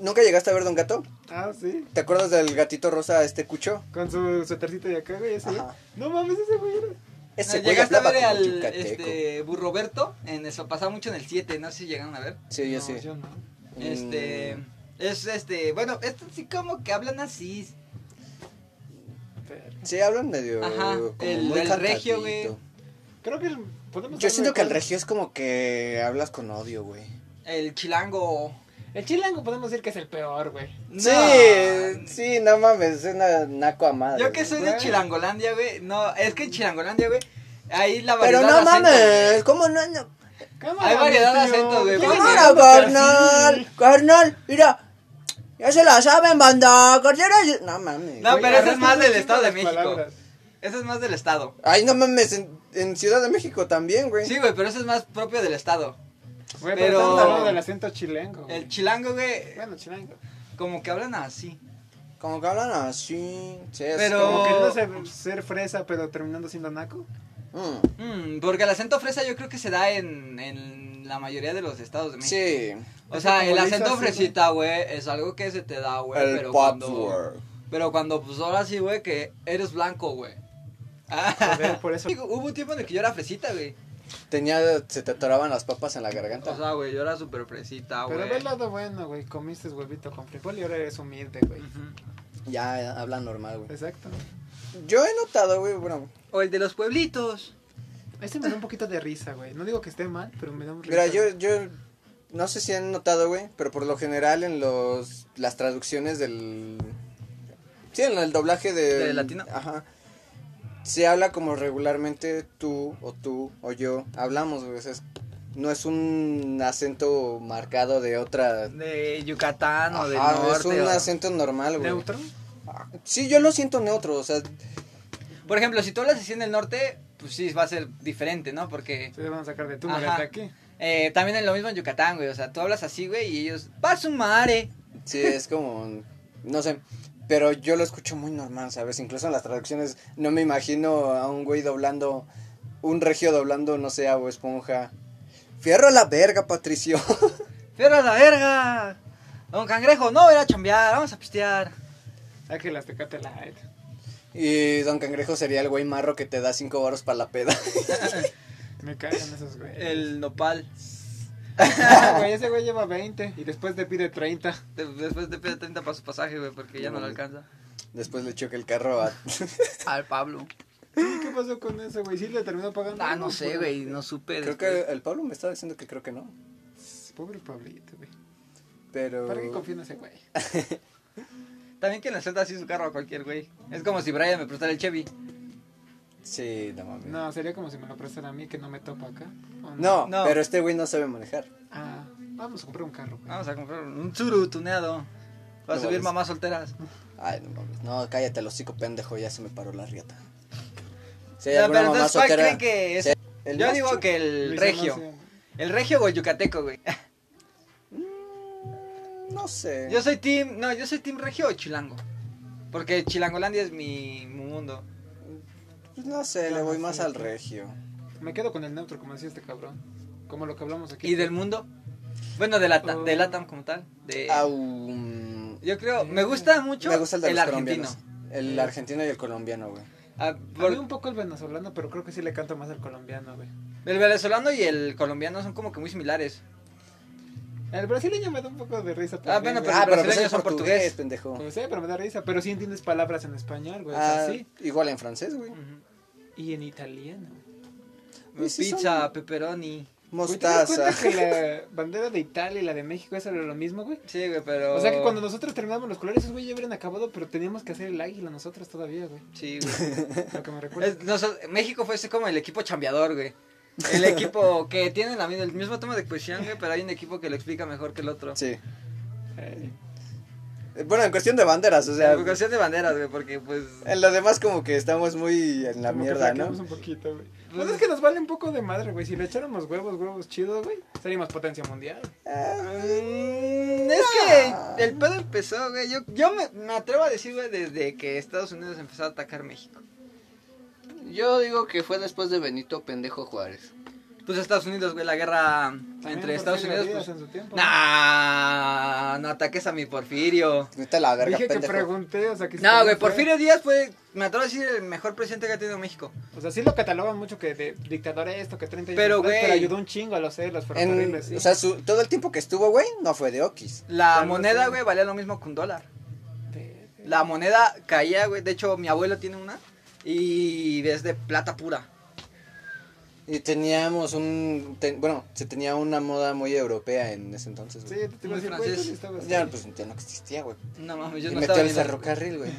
[SPEAKER 2] ¿Nunca llegaste a ver Don Gato?
[SPEAKER 3] Ah, sí.
[SPEAKER 2] ¿Te acuerdas del gatito rosa, este cucho?
[SPEAKER 3] Con su suétercito de acá, güey. Ese, güey.
[SPEAKER 2] Ajá.
[SPEAKER 3] No mames, ese güey era.
[SPEAKER 2] Ese güey
[SPEAKER 1] ¿Llegaste a
[SPEAKER 2] hablaba
[SPEAKER 1] ver
[SPEAKER 2] como
[SPEAKER 1] al
[SPEAKER 2] yucateco.
[SPEAKER 1] este, Burroberto? En eso pasaba mucho en el 7, no sé si llegaron a ver.
[SPEAKER 2] Sí, yo
[SPEAKER 3] No,
[SPEAKER 2] sí. Mm,
[SPEAKER 3] yo no.
[SPEAKER 1] Este. Es este. Bueno, es sí como que hablan así.
[SPEAKER 3] Pero-
[SPEAKER 2] Sí, hablan medio.
[SPEAKER 1] Ajá,
[SPEAKER 2] como
[SPEAKER 1] el-
[SPEAKER 2] muy
[SPEAKER 1] el regio,
[SPEAKER 2] cantadito.
[SPEAKER 1] güey.
[SPEAKER 3] Creo que el- podemos.
[SPEAKER 2] Yo
[SPEAKER 3] hablar
[SPEAKER 2] siento
[SPEAKER 3] de
[SPEAKER 2] que el
[SPEAKER 3] cuál-
[SPEAKER 2] regio es como que hablas con odio, güey.
[SPEAKER 1] El chilango.
[SPEAKER 3] El chilango podemos decir que es el peor, güey.
[SPEAKER 1] No.
[SPEAKER 2] Sí, sí, no mames, es una naco amada.
[SPEAKER 1] Yo que soy de
[SPEAKER 3] Bueno.
[SPEAKER 1] Chilangolandia, güey. No, es que en Chilangolandia, güey. Ahí la variedad
[SPEAKER 2] Pero
[SPEAKER 1] de
[SPEAKER 2] no
[SPEAKER 1] acentos,
[SPEAKER 2] mames, ¿cómo no? no?
[SPEAKER 1] Hay variedad de acentos, güey.
[SPEAKER 2] ¿Cómo
[SPEAKER 1] Bueno,
[SPEAKER 2] no, carnal? Carnal, mira. Ya se la saben, banda. Carnal, ya- No mames.
[SPEAKER 1] No,
[SPEAKER 2] güey.
[SPEAKER 1] pero ese es más del Estado de México. Eso es más del estado.
[SPEAKER 2] Ay, no mames, en, en Ciudad de México también, güey.
[SPEAKER 1] Sí, güey, pero eso es más propio del estado.
[SPEAKER 3] Güey,
[SPEAKER 1] Pero-
[SPEAKER 3] pero estás hablando del acento chilengo. güey.
[SPEAKER 1] El chilango, güey,
[SPEAKER 3] Bueno, chilengo.
[SPEAKER 1] como que hablan así.
[SPEAKER 2] Como que hablan así. Sí, así
[SPEAKER 1] Pero-
[SPEAKER 3] Como queriendo ser, ser fresa, pero terminando siendo naco.
[SPEAKER 2] como- Mm,
[SPEAKER 1] Mm, porque el acento fresa yo creo que se da en, en la mayoría de los estados de México.
[SPEAKER 2] Sí.
[SPEAKER 1] O
[SPEAKER 3] Eso
[SPEAKER 1] sea,
[SPEAKER 3] como
[SPEAKER 1] el
[SPEAKER 3] le hizo
[SPEAKER 1] acento
[SPEAKER 3] así,
[SPEAKER 1] fresita, güey, es algo que se te da, güey.
[SPEAKER 2] el
[SPEAKER 1] pero
[SPEAKER 2] pop
[SPEAKER 1] cuando,
[SPEAKER 2] word.
[SPEAKER 1] Pero cuando, pues ahora sí, güey, que eres blanco, güey. Ah,
[SPEAKER 3] Joder, por eso.
[SPEAKER 1] Hubo un tiempo en el que yo era fresita, güey.
[SPEAKER 2] Tenía, se te atoraban las papas en la garganta.
[SPEAKER 1] O sea, güey, yo era súper fresita, güey.
[SPEAKER 3] Pero ve el lado bueno, güey. Comiste huevito con frijol y ahora eres humilde, güey.
[SPEAKER 1] Ujú.
[SPEAKER 2] ya, ya, hablan normal, güey.
[SPEAKER 3] Exacto.
[SPEAKER 2] Yo he notado, güey, bueno.
[SPEAKER 1] O el de los pueblitos.
[SPEAKER 3] Este me da un poquito de risa, güey. No digo que esté mal, pero me da un risa.
[SPEAKER 2] Mira, yo, yo no sé si han notado, güey, pero por lo general en los las traducciones del sí, en el doblaje de,
[SPEAKER 1] ¿De latino?
[SPEAKER 2] ajá, se habla como regularmente tú o tú o yo hablamos, güey, o sea, es- no es un acento marcado de otra
[SPEAKER 1] De Yucatán o del
[SPEAKER 2] Ajá,
[SPEAKER 1] norte.
[SPEAKER 2] es un
[SPEAKER 1] o-
[SPEAKER 2] acento normal, güey.
[SPEAKER 3] ¿Neutro?
[SPEAKER 2] Sí, yo lo siento neutro, o sea,
[SPEAKER 1] Por ejemplo, si tú hablas así en el norte, pues sí, va a ser diferente, ¿no? Porque
[SPEAKER 3] Se van a sacar de tú,
[SPEAKER 1] Ajá.
[SPEAKER 3] me aquí.
[SPEAKER 1] eh, también es lo mismo en Yucatán, güey. O sea, tú hablas así, güey, y ellos, ¡va su madre!
[SPEAKER 2] Sí, es como, no sé, pero yo lo escucho muy normal, ¿sabes? Incluso en las traducciones no me imagino a un güey doblando, un regio doblando, no sé, a Bob Esponja. Fierro a la verga, Patricio.
[SPEAKER 1] ¡Fierro a la verga! Don Cangrejo, no, era a chambear, vamos a pistear.
[SPEAKER 3] Ah, que las tecate light.
[SPEAKER 2] Y Don Cangrejo sería el güey marro que te da cinco varos para la peda.
[SPEAKER 3] Me cagan esos, güey.
[SPEAKER 1] El nopal.
[SPEAKER 3] Ah, güey, ese güey lleva 20 y después te pide 30.
[SPEAKER 1] De- Después te pide 30 para su pasaje, güey, porque ya no lo alcanza.
[SPEAKER 2] Después le choca el carro a...
[SPEAKER 1] Al Pablo.
[SPEAKER 3] ¿Qué pasó con ese, güey? ¿Sí le terminó pagando?
[SPEAKER 1] Ah, no sé, güey, no supe.
[SPEAKER 2] Creo que el Pablo me estaba diciendo que creo que no,
[SPEAKER 3] Pobre Pablito, güey.
[SPEAKER 2] pero...
[SPEAKER 3] ¿Para qué confío en ese güey?
[SPEAKER 1] También que le suelta así su carro a cualquier güey. Es como si Brian me prestara el Chevy.
[SPEAKER 2] Sí, no mames. No,
[SPEAKER 3] No, sería como si me lo prestan a mí que no me topa acá. ¿o
[SPEAKER 1] No.
[SPEAKER 2] pero este güey no sabe manejar.
[SPEAKER 3] Ah, vamos a comprar un carro, güey.
[SPEAKER 1] Vamos a comprar un churu tuneado. Para
[SPEAKER 2] No
[SPEAKER 1] subir
[SPEAKER 2] vales.
[SPEAKER 1] mamás solteras.
[SPEAKER 2] Ay, no mames. No, cállate, el hocico pendejo, ya se me paró la riata. Si hay
[SPEAKER 1] No,
[SPEAKER 2] alguna
[SPEAKER 1] pero
[SPEAKER 2] mamá
[SPEAKER 1] entonces, ¿cuál
[SPEAKER 2] soltera-
[SPEAKER 1] creen que es?
[SPEAKER 2] si hay- el
[SPEAKER 1] Yo
[SPEAKER 2] más
[SPEAKER 1] digo
[SPEAKER 2] chu-
[SPEAKER 1] que
[SPEAKER 3] Luis,
[SPEAKER 1] el
[SPEAKER 3] no
[SPEAKER 1] regio.
[SPEAKER 3] sé.
[SPEAKER 1] El regio o el yucateco, güey.
[SPEAKER 2] Mm, No sé.
[SPEAKER 1] Yo soy team. No, yo soy team regio o chilango. Porque Chilangolandia es mi, mi mundo.
[SPEAKER 2] Pues No sé, le
[SPEAKER 3] No,
[SPEAKER 2] voy
[SPEAKER 3] no
[SPEAKER 2] más
[SPEAKER 3] sé.
[SPEAKER 2] al regio.
[SPEAKER 3] Me quedo con el neutro, como decía este cabrón. Como lo que hablamos aquí.
[SPEAKER 1] ¿Y del mundo? Bueno, de Latam,
[SPEAKER 3] Oh.
[SPEAKER 1] de Latam como tal. De,
[SPEAKER 2] Au, mm,
[SPEAKER 1] Yo creo, me gusta mucho
[SPEAKER 2] Ah, me gusta el de los
[SPEAKER 1] argentino.
[SPEAKER 2] colombianos. El argentino y el colombiano, güey.
[SPEAKER 1] Ah,
[SPEAKER 3] A
[SPEAKER 1] por-
[SPEAKER 3] mí un poco el venezolano, pero creo que sí le canto más al colombiano, güey.
[SPEAKER 1] el venezolano y el colombiano son como que muy similares.
[SPEAKER 3] El brasileño me da un poco de risa también.
[SPEAKER 1] bueno,
[SPEAKER 3] güey.
[SPEAKER 1] los
[SPEAKER 2] ah, pero pues
[SPEAKER 1] brasileños
[SPEAKER 2] es
[SPEAKER 1] son
[SPEAKER 2] portugués,
[SPEAKER 1] portugués.
[SPEAKER 2] pendejo.
[SPEAKER 3] Pues, eh, pero me da risa. Pero sí entiendes palabras en español, güey. o sea,
[SPEAKER 2] Ah,
[SPEAKER 3] sí.
[SPEAKER 2] Igual en francés, güey.
[SPEAKER 1] Ujú.
[SPEAKER 3] Y en italiano.
[SPEAKER 2] Uy, sí
[SPEAKER 1] Pizza,
[SPEAKER 2] son-
[SPEAKER 1] pepperoni.
[SPEAKER 3] Güey, ¿te das
[SPEAKER 2] Mostaza.
[SPEAKER 3] cuenta que la bandera de Italia y la de México es lo mismo, güey?
[SPEAKER 1] Sí, güey, pero.
[SPEAKER 3] O sea que cuando nosotros terminamos los colores, esos güey ya hubieran acabado, pero teníamos que hacer el águila nosotros todavía, güey.
[SPEAKER 1] Sí, güey.
[SPEAKER 3] Lo que me recuerda.
[SPEAKER 1] Pues Es- nos- México fue así como el equipo chambeador, güey. El equipo que tiene la mi- el mismo tema de cuestión, güey, pero hay un equipo que lo explica mejor que el otro.
[SPEAKER 2] Sí.
[SPEAKER 3] Eh,
[SPEAKER 2] Eh, Bueno, en cuestión de banderas, o sea. Eh.
[SPEAKER 1] La cuestión de banderas, güey, porque pues.
[SPEAKER 2] En lo demás como que estamos muy en la
[SPEAKER 3] como que
[SPEAKER 2] mierda,
[SPEAKER 3] flaqueamos
[SPEAKER 2] ¿no?
[SPEAKER 3] un poquito, güey. Pues es que nos vale un poco de madre, güey. Si le echáramos huevos, huevos chidos, güey, seríamos potencia mundial.
[SPEAKER 2] Ah.
[SPEAKER 1] Mm, Es que el pedo empezó, güey. Yo, yo me, me atrevo a decir, güey, desde que Estados Unidos empezó a atacar México.
[SPEAKER 4] Yo digo que fue después de Benito Pendejo Juárez.
[SPEAKER 1] Pues Estados Unidos, güey, la guerra
[SPEAKER 3] También
[SPEAKER 1] entre Estados
[SPEAKER 3] Porfirio
[SPEAKER 1] Unidos.
[SPEAKER 3] Díaz
[SPEAKER 1] Pues,
[SPEAKER 3] en su tiempo.
[SPEAKER 1] nah, no ataques a mi Porfirio.
[SPEAKER 2] Vete a la verga,
[SPEAKER 3] Dije que
[SPEAKER 2] pendejo.
[SPEAKER 3] pregunté, o sea que... si
[SPEAKER 1] No, güey,
[SPEAKER 3] fue-
[SPEAKER 1] Porfirio Díaz fue, me atrevo a decir, el mejor presidente que ha tenido México.
[SPEAKER 3] O sea, sí lo catalogan mucho que de dictador esto, que 30 años
[SPEAKER 1] Pero,
[SPEAKER 3] atrás,
[SPEAKER 1] güey.
[SPEAKER 3] pero ayudó un chingo a los, eh, los
[SPEAKER 2] En-
[SPEAKER 3] ferrocarriles, sí.
[SPEAKER 2] o sea, su- todo el tiempo que estuvo, güey, no fue de Oquis.
[SPEAKER 1] La
[SPEAKER 3] Claro,
[SPEAKER 1] moneda,
[SPEAKER 3] sí.
[SPEAKER 1] güey, valía lo mismo que un dólar.
[SPEAKER 3] De- de-
[SPEAKER 1] La moneda caía, güey. De hecho, mi abuelo tiene una. Y es de plata pura.
[SPEAKER 2] Y teníamos un. te- bueno, se tenía una moda muy europea en ese entonces,
[SPEAKER 3] Sí,
[SPEAKER 2] güey.
[SPEAKER 3] te iba a decir,
[SPEAKER 1] Muy
[SPEAKER 3] güey, tú
[SPEAKER 1] francés.
[SPEAKER 3] ni estabas
[SPEAKER 2] Ya,
[SPEAKER 3] ahí.
[SPEAKER 2] pues ya no existía, güey.
[SPEAKER 1] No mames, yo
[SPEAKER 2] Y
[SPEAKER 1] no
[SPEAKER 2] metió
[SPEAKER 1] estaba
[SPEAKER 2] el
[SPEAKER 1] ni nacido.
[SPEAKER 2] ferrocarril, güey.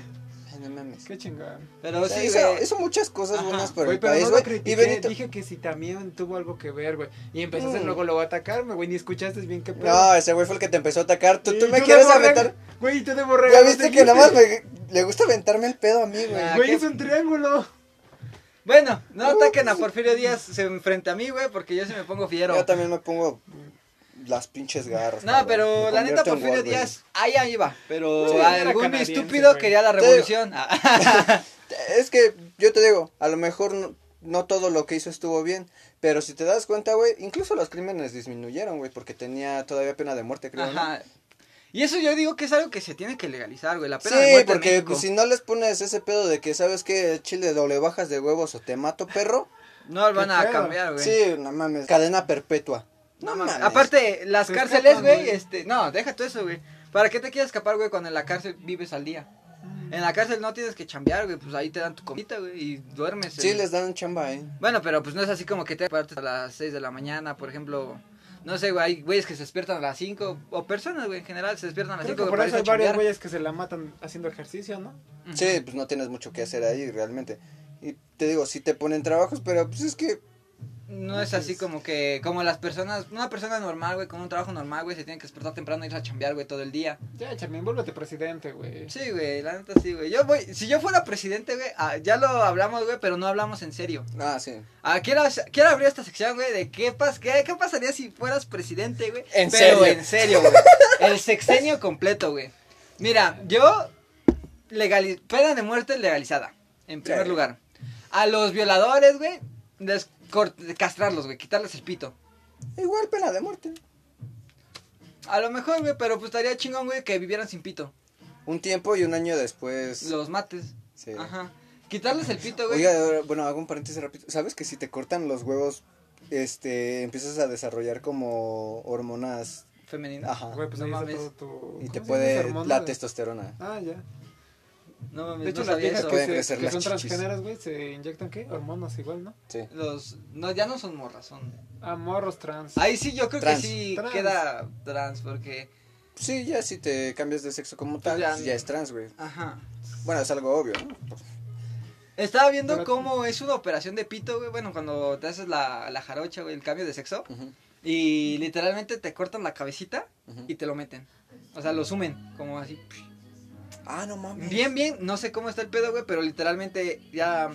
[SPEAKER 2] Ay, no mames.
[SPEAKER 3] Qué chingón.
[SPEAKER 1] Pero
[SPEAKER 2] O sea,
[SPEAKER 1] sí,
[SPEAKER 2] hizo,
[SPEAKER 1] güey.
[SPEAKER 2] hizo muchas cosas
[SPEAKER 1] Ajá.
[SPEAKER 2] buenas por
[SPEAKER 3] Güey,
[SPEAKER 2] el
[SPEAKER 3] pero
[SPEAKER 2] país,
[SPEAKER 3] no lo
[SPEAKER 2] güey. y
[SPEAKER 3] critiqué,
[SPEAKER 2] Benito.
[SPEAKER 3] dije que si también tuvo algo que ver, güey. Y
[SPEAKER 2] Mm.
[SPEAKER 3] empezaste luego luego a atacarme, güey, ni escuchaste bien qué pedo.
[SPEAKER 2] No, ese güey fue el que te empezó a atacar. Tú,
[SPEAKER 3] Y
[SPEAKER 2] tú me
[SPEAKER 3] de
[SPEAKER 2] quieres
[SPEAKER 3] borrego,
[SPEAKER 2] aventar.
[SPEAKER 3] Güey, tú de borrego.
[SPEAKER 2] Ya viste que
[SPEAKER 3] seguiste.
[SPEAKER 2] nada más me- le gusta aventarme el pedo a mí, güey.
[SPEAKER 1] Ah,
[SPEAKER 3] Güey,
[SPEAKER 1] ¿qué?
[SPEAKER 3] es un triángulo.
[SPEAKER 1] Bueno, no ataquen a Porfirio Díaz se- frente a mí, güey, porque yo sí me pongo fiero.
[SPEAKER 2] Yo también me pongo las pinches garras.
[SPEAKER 1] No,
[SPEAKER 2] cabrón.
[SPEAKER 1] pero
[SPEAKER 2] Me
[SPEAKER 1] la neta
[SPEAKER 2] convierto en
[SPEAKER 1] Porfirio
[SPEAKER 2] Wolverine.
[SPEAKER 1] Díaz, ahí ahí iba. Pero
[SPEAKER 3] Sí, era
[SPEAKER 1] algún
[SPEAKER 3] canadiense,
[SPEAKER 1] estúpido
[SPEAKER 3] güey.
[SPEAKER 1] quería la
[SPEAKER 2] Te-
[SPEAKER 1] revolución.
[SPEAKER 2] Es que yo te digo, a lo mejor no, no todo lo que hizo estuvo bien, pero si te das cuenta, güey, incluso los crímenes disminuyeron, güey, porque tenía todavía pena de muerte, creo. ¿no?
[SPEAKER 1] Ajá. Y eso yo digo que es algo que se tiene que legalizar, güey. La
[SPEAKER 2] Sí,
[SPEAKER 1] pena de muerte en
[SPEAKER 2] porque
[SPEAKER 1] México.
[SPEAKER 2] si no les pones ese pedo de que sabes que chile doble bajas de huevos o te mato, perro.
[SPEAKER 1] No lo van
[SPEAKER 3] Qué
[SPEAKER 1] a
[SPEAKER 3] pedo.
[SPEAKER 1] cambiar, Ah, güey.
[SPEAKER 2] Sí, no mames. Cadena perpetua.
[SPEAKER 1] No mames. Aparte, las
[SPEAKER 3] Te
[SPEAKER 1] cárceles,
[SPEAKER 3] escapan,
[SPEAKER 1] güey,
[SPEAKER 3] güey.
[SPEAKER 1] este, no, deja todo eso, güey. ¿Para qué te quieres escapar, güey, cuando en la cárcel vives al día? En la cárcel no tienes que chambear, güey, pues ahí te dan tu comida, güey, y duermes.
[SPEAKER 2] Sí,
[SPEAKER 1] el-
[SPEAKER 2] les dan chamba, eh.
[SPEAKER 1] Bueno, pero pues no es así como que te partes a las 6 de la mañana, por ejemplo. No sé, güey, hay güeyes que se despiertan a las 5, o personas, güey, en general se despiertan a Mm, las
[SPEAKER 3] Creo
[SPEAKER 1] 5
[SPEAKER 3] que por eso hay varios güeyes que se la matan haciendo ejercicio, ¿no?
[SPEAKER 2] Sí, pues no tienes mucho que hacer ahí realmente. Y te digo, sí te ponen trabajos, pero pues es que
[SPEAKER 1] No es así como que, como las personas, una persona normal, güey, con un trabajo normal, güey, se tiene que despertar temprano e ir a chambear, güey, todo el día.
[SPEAKER 3] Ya, Charmin, vuélvete presidente, güey.
[SPEAKER 1] Sí, güey, la neta sí, güey. Yo voy, si yo fuera presidente, güey, ah, ya lo hablamos, güey, pero no hablamos en serio.
[SPEAKER 2] ah, sí.
[SPEAKER 1] Ah, quiero, quiero abrir esta sección, güey, de qué, pas, qué, qué pasaría si fueras presidente, güey.
[SPEAKER 2] En
[SPEAKER 1] Pero
[SPEAKER 2] serio.
[SPEAKER 1] en serio, güey. El sexenio completo, güey. Mira, yo, legaliz pena de muerte legalizada, en primer
[SPEAKER 2] Sí.
[SPEAKER 1] lugar. A los violadores, güey, les cort- castrarlos, güey, quitarles el pito.
[SPEAKER 2] Igual pena de muerte.
[SPEAKER 1] A lo mejor, güey, pero pues estaría chingón, güey, que vivieran sin pito.
[SPEAKER 2] Un tiempo y un año después.
[SPEAKER 1] Los mates.
[SPEAKER 2] Sí.
[SPEAKER 1] Ajá. Quitarles el pito, güey.
[SPEAKER 2] Oiga, ahora, bueno, hago un paréntesis rápido. ¿Sabes que si te cortan los huevos, este, empiezas a desarrollar como hormonas
[SPEAKER 1] Femenino.
[SPEAKER 2] Ajá.
[SPEAKER 3] Güey, pues
[SPEAKER 1] No
[SPEAKER 3] ahí está
[SPEAKER 1] mames.
[SPEAKER 3] todo tu...
[SPEAKER 2] y
[SPEAKER 3] ¿cómo
[SPEAKER 2] te
[SPEAKER 3] se
[SPEAKER 2] puede
[SPEAKER 3] llama esa hormona,
[SPEAKER 2] la Pues
[SPEAKER 3] güey?
[SPEAKER 2] testosterona?
[SPEAKER 3] Ah, ya.
[SPEAKER 1] No mames,
[SPEAKER 3] De hecho,
[SPEAKER 1] no
[SPEAKER 3] las
[SPEAKER 1] sabía
[SPEAKER 3] viejas
[SPEAKER 1] eso.
[SPEAKER 2] Pueden
[SPEAKER 3] que, se,
[SPEAKER 2] crecer
[SPEAKER 3] que
[SPEAKER 2] las
[SPEAKER 3] son
[SPEAKER 2] chichis.
[SPEAKER 3] transgéneras, güey, se inyectan, ¿qué? Hormonas igual, ¿no?
[SPEAKER 2] Sí.
[SPEAKER 1] Los, no, ya no son morras, son...
[SPEAKER 3] Ah, morros trans.
[SPEAKER 1] Ahí sí, yo creo
[SPEAKER 2] Trans.
[SPEAKER 1] que sí
[SPEAKER 3] Trans.
[SPEAKER 1] queda trans, porque...
[SPEAKER 2] Sí, ya si te cambias de sexo como tal,
[SPEAKER 1] Ya-
[SPEAKER 2] pues ya es trans, güey.
[SPEAKER 1] Ajá.
[SPEAKER 2] Bueno, es algo obvio, ¿no?
[SPEAKER 1] Estaba viendo
[SPEAKER 3] Pero-
[SPEAKER 1] cómo es una operación de pito, güey. Bueno, cuando te haces la, la jarocha, güey, el cambio de sexo.
[SPEAKER 2] Ujú,
[SPEAKER 1] Y literalmente te cortan la cabecita
[SPEAKER 2] ujú.
[SPEAKER 1] y te lo meten. O sea, lo sumen, como así.
[SPEAKER 2] Ah, no mames.
[SPEAKER 1] Bien, bien, no sé cómo está el pedo, güey, pero literalmente ya,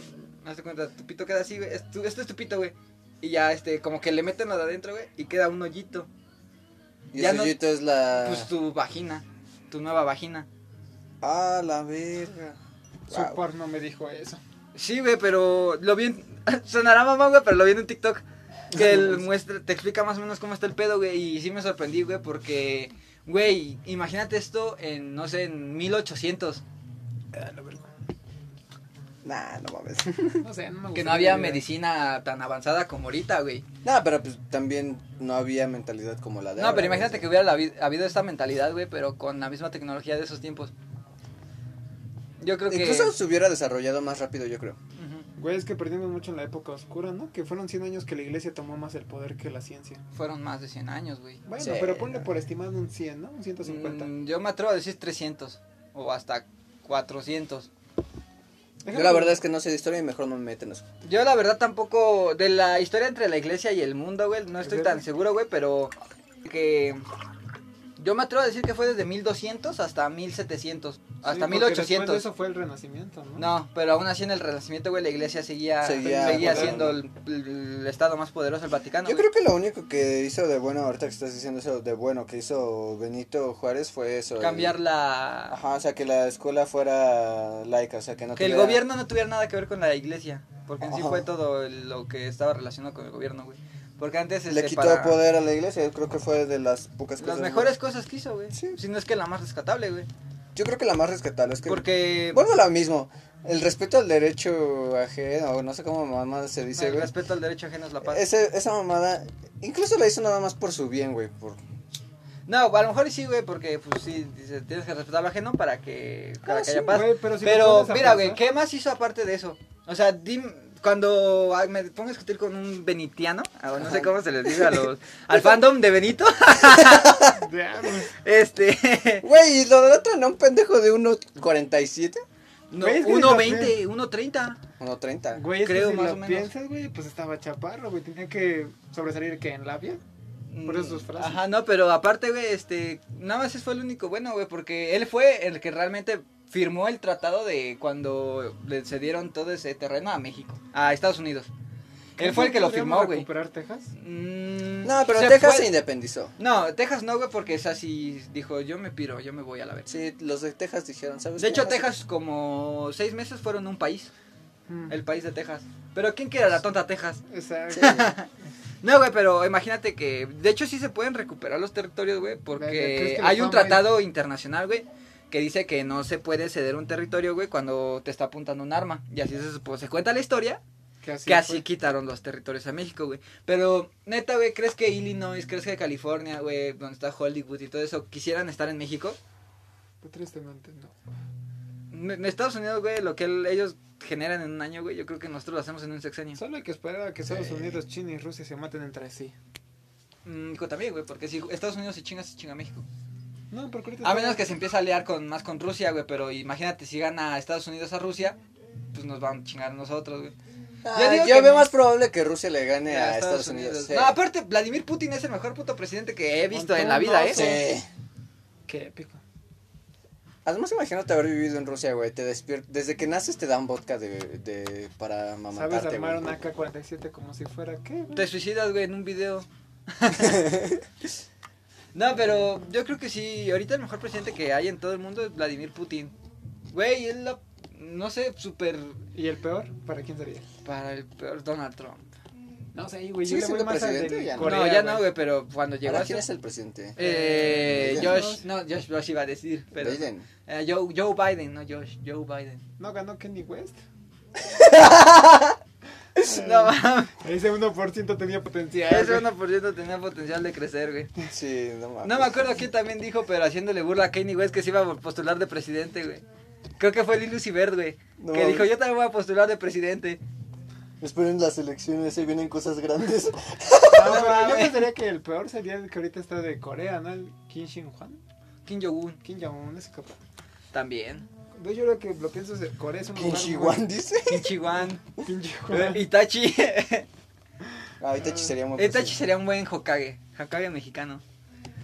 [SPEAKER 1] no te cuenta, tu pito queda así, güey, es tu- este es tu pito, güey. Y ya, este, como que le meten lo de adentro, güey, y queda un hoyito.
[SPEAKER 2] Y
[SPEAKER 1] ya
[SPEAKER 2] ese
[SPEAKER 1] no-
[SPEAKER 2] hoyito es la.
[SPEAKER 1] Pues tu vagina, tu nueva vagina.
[SPEAKER 2] Ah, la verga.
[SPEAKER 3] Su
[SPEAKER 2] Wow.
[SPEAKER 3] porno me dijo eso.
[SPEAKER 1] Sí, güey, pero lo vi en... Sonará mamá, güey, pero lo vi en un TikTok. Que él muestra, te explica más o menos cómo está el pedo, güey. Y sí me sorprendí, güey, porque, güey, imagínate esto en, no sé, en 1800.
[SPEAKER 2] Nah, no mames.
[SPEAKER 3] No sé, no pues, me
[SPEAKER 1] Que
[SPEAKER 3] gusta
[SPEAKER 1] no había
[SPEAKER 3] mi vida.
[SPEAKER 1] medicina tan avanzada como ahorita, güey.
[SPEAKER 2] nah, pero pues también no había mentalidad como la de.
[SPEAKER 1] No,
[SPEAKER 2] ahora,
[SPEAKER 1] pero
[SPEAKER 2] güey.
[SPEAKER 1] imagínate que hubiera la vi- habido esta mentalidad, güey, pero con la misma tecnología de esos tiempos. Yo creo que...
[SPEAKER 2] Incluso se hubiera desarrollado más rápido, yo creo.
[SPEAKER 1] Ujú,
[SPEAKER 3] Güey, es que perdimos mucho en la época oscura, ¿no? Que fueron 100 años que la iglesia tomó más el poder que la ciencia.
[SPEAKER 1] Fueron más de 100 años, güey.
[SPEAKER 3] Bueno,
[SPEAKER 2] Sí,
[SPEAKER 3] pero ponle
[SPEAKER 2] no.
[SPEAKER 3] por estimado un 100, ¿no? Un 150.
[SPEAKER 1] Mm, yo me atrevo a decir 300 o hasta 400.
[SPEAKER 2] Yo la verdad es que no sé de historia y mejor no me meten en eso.
[SPEAKER 1] Yo la verdad tampoco de la historia entre la iglesia y el mundo, güey, no estoy tan seguro, güey, pero que yo me atrevo a decir que fue desde 1200 hasta 1700, hasta 1800.
[SPEAKER 3] Eso fue el renacimiento, ¿no?
[SPEAKER 1] No, pero aún así en el Renacimiento, güey, la iglesia seguía seguía,
[SPEAKER 2] Seguía
[SPEAKER 3] moderna.
[SPEAKER 1] siendo el, el estado más poderoso del Vaticano.
[SPEAKER 2] Yo
[SPEAKER 1] güey.
[SPEAKER 2] creo que lo único que hizo de bueno, ahorita que estás diciendo eso de bueno, que hizo Benito Juárez fue eso. el-
[SPEAKER 1] cambiar la
[SPEAKER 2] Ajá, o sea, que la escuela fuera laica, o sea, que no
[SPEAKER 1] que el
[SPEAKER 2] tuviera-
[SPEAKER 1] gobierno no tuviera nada que ver con la iglesia, porque en sí
[SPEAKER 2] Ajá.
[SPEAKER 1] fue todo lo que estaba relacionado con el gobierno, güey. Porque antes
[SPEAKER 2] Le
[SPEAKER 1] este,
[SPEAKER 2] quitó
[SPEAKER 1] para-
[SPEAKER 2] poder a la iglesia, yo creo que fue de las pocas
[SPEAKER 1] las
[SPEAKER 2] cosas.
[SPEAKER 1] mejores cosas que hizo, güey.
[SPEAKER 2] Sí.
[SPEAKER 1] Si no es que la más rescatable, güey.
[SPEAKER 2] Yo creo que la más rescatable es que...
[SPEAKER 1] Porque
[SPEAKER 2] Vuelvo a lo mismo, el respeto al derecho ajeno, o no sé cómo mamada se dice,
[SPEAKER 1] el
[SPEAKER 2] güey.
[SPEAKER 1] respeto al derecho ajeno es la paz.
[SPEAKER 2] Ese- esa mamada, incluso la hizo nada más por su bien, güey, por...
[SPEAKER 1] No, a lo mejor y sí, güey, porque pues sí, dice, tienes que respetar lo ajeno para que, para
[SPEAKER 2] Ah,
[SPEAKER 1] que
[SPEAKER 2] sí,
[SPEAKER 1] haya paz.
[SPEAKER 3] Güey, pero si lo
[SPEAKER 1] Pero
[SPEAKER 3] pones a
[SPEAKER 1] mira, güey,
[SPEAKER 3] pensar-
[SPEAKER 1] ¿qué más hizo aparte de eso? O sea, dim- cuando ah, me pongo a discutir con un benitiano, o no sé cómo se les dice a los, al fandom de Benito,
[SPEAKER 3] Ya, pues.
[SPEAKER 1] este,
[SPEAKER 2] Güey, y lo del otro, ¿no? Un pendejo de 1.47,
[SPEAKER 1] no,
[SPEAKER 3] Güey, es que
[SPEAKER 1] 1.20, 1.30.
[SPEAKER 2] 1.30.
[SPEAKER 3] Güey, es que
[SPEAKER 1] Creo
[SPEAKER 3] si
[SPEAKER 1] más
[SPEAKER 3] lo
[SPEAKER 1] o menos.
[SPEAKER 3] piensas, güey, pues estaba chaparro, güey. Tenía que sobresalir, que ¿En labia? Por eso sus frases.
[SPEAKER 1] Ajá, no, pero aparte, güey, este, nada más ese fue el único bueno, güey, porque él fue el que realmente firmó el tratado de cuando le cedieron todo ese terreno a México, a Estados Unidos. Él fue el que lo firmó,
[SPEAKER 3] ¿Podríamos
[SPEAKER 1] güey.
[SPEAKER 3] recuperar Texas?
[SPEAKER 1] Mm,
[SPEAKER 2] No, pero
[SPEAKER 1] se
[SPEAKER 2] Texas
[SPEAKER 1] fue-
[SPEAKER 2] se independizó.
[SPEAKER 1] No, Texas no, güey, porque es así, dijo, yo me piro, yo me voy a la vez.
[SPEAKER 2] Sí, los de Texas dijeron, ¿sabes?
[SPEAKER 1] De
[SPEAKER 2] qué?
[SPEAKER 1] hecho,
[SPEAKER 2] No sé.
[SPEAKER 1] Texas como seis meses fueron un país,
[SPEAKER 3] Mm.
[SPEAKER 1] el país de Texas. Pero ¿quién quiere a la tonta Texas?
[SPEAKER 3] Exacto.
[SPEAKER 2] Sí, güey.
[SPEAKER 1] No, güey, pero imagínate que, de hecho, sí se pueden recuperar los territorios, güey,
[SPEAKER 3] Verga, ¿crees
[SPEAKER 1] porque
[SPEAKER 3] que
[SPEAKER 1] hay
[SPEAKER 3] los
[SPEAKER 1] un
[SPEAKER 3] van a ir?
[SPEAKER 1] tratado internacional, güey, que dice que no se puede ceder un territorio, güey, cuando te está apuntando un arma. Y así se, pues, se cuenta la historia,
[SPEAKER 3] Que así
[SPEAKER 1] que así
[SPEAKER 3] fue.
[SPEAKER 1] quitaron los territorios a México, güey. Pero, neta, güey, ¿crees que Illinois, crees que California, güey, donde está Hollywood y todo eso, quisieran estar en México?
[SPEAKER 3] Tristemente, no.
[SPEAKER 1] Me- En Estados Unidos, güey, lo que el- ellos generan en un año, güey, yo creo que nosotros lo hacemos en un sexenio.
[SPEAKER 3] Solo hay que esperar a que
[SPEAKER 2] Sí.
[SPEAKER 3] Estados Unidos, China y Rusia se maten entre sí.
[SPEAKER 1] Mm, digo, también, güey, porque si Estados Unidos se chinga, se chinga México.
[SPEAKER 3] No, porque ahorita.
[SPEAKER 1] A menos que se empiece a aliar con más con Rusia, güey, pero imagínate si gana Estados Unidos a Rusia, pues nos van a chingar a nosotros, güey.
[SPEAKER 2] Ah,
[SPEAKER 1] Yo
[SPEAKER 2] yo
[SPEAKER 1] digo que
[SPEAKER 2] veo
[SPEAKER 1] no.
[SPEAKER 2] más probable que Rusia le gane a, Estados, Unidos. sí.
[SPEAKER 1] No, aparte, Vladimir Putin es el mejor puto presidente que he visto en la vida, ¿eh?
[SPEAKER 3] Montonazo.
[SPEAKER 2] Sí.
[SPEAKER 3] Qué épico.
[SPEAKER 2] Además, imagínate haber vivido en Rusia, güey. Te despier- Desde que naces te dan vodka de, de- para
[SPEAKER 3] ¿Sabes
[SPEAKER 2] mamantarte,
[SPEAKER 3] armar
[SPEAKER 2] güey.
[SPEAKER 3] una AK-47 como si fuera qué? güey?
[SPEAKER 1] Te suicidas, güey, en un video. no, pero yo creo que sí, ahorita el mejor presidente que hay en todo el mundo es Vladimir Putin. Güey, él la- no sé, súper
[SPEAKER 3] ¿Y el peor? ¿Para quién sería?
[SPEAKER 1] para el peor Donald Trump.
[SPEAKER 3] No sé, güey.
[SPEAKER 2] ¿Sigue
[SPEAKER 3] Yo le voy
[SPEAKER 2] siendo
[SPEAKER 3] más al
[SPEAKER 2] presidente
[SPEAKER 3] de
[SPEAKER 2] o ya no?
[SPEAKER 3] Corea,
[SPEAKER 1] no, ya no, güey, pero cuando llegó
[SPEAKER 2] Ahora,
[SPEAKER 1] a
[SPEAKER 2] ¿quién es
[SPEAKER 1] ser-
[SPEAKER 2] el presidente?
[SPEAKER 1] Eh,
[SPEAKER 2] Biden.
[SPEAKER 1] Josh, no, Josh, Josh iba a decir, pero...
[SPEAKER 2] Biden.
[SPEAKER 1] Eh, Joe, Joe Biden, no Josh, Joe Biden.
[SPEAKER 3] No ganó Kenny West.
[SPEAKER 1] No mames,
[SPEAKER 3] Ese 1% tenía potencial.
[SPEAKER 1] ese
[SPEAKER 3] güey.
[SPEAKER 1] 1% tenía potencial de crecer, güey.
[SPEAKER 2] Sí, no mames.
[SPEAKER 1] No me acuerdo quién también dijo, pero haciéndole burla a Kanye West que se iba a postular de presidente, güey. Creo que fue Lil Uzi Vert, güey.
[SPEAKER 2] No
[SPEAKER 1] que
[SPEAKER 2] mames.
[SPEAKER 1] dijo, yo también voy a postular de presidente.
[SPEAKER 2] Esperen las elecciones, ahí vienen cosas grandes.
[SPEAKER 3] No,
[SPEAKER 1] No
[SPEAKER 3] pero yo
[SPEAKER 1] mames.
[SPEAKER 3] pensaría que el peor sería el que ahorita está de Corea, ¿no? El Kim Shin-Juan.
[SPEAKER 1] Kim Jong-un
[SPEAKER 3] Kim Jong-un, ese capaz.
[SPEAKER 1] también.
[SPEAKER 3] Yo creo que lo pienso, es- Corea es un lugar muy-
[SPEAKER 2] Kinshiwan dice.
[SPEAKER 1] Kim Chi-wan. eh,
[SPEAKER 3] Kim Jong-un.
[SPEAKER 2] Eh,
[SPEAKER 1] Itachi.
[SPEAKER 2] Ah, Itachi sería muy
[SPEAKER 1] Itachi sería un buen Hokage. Hokage mexicano.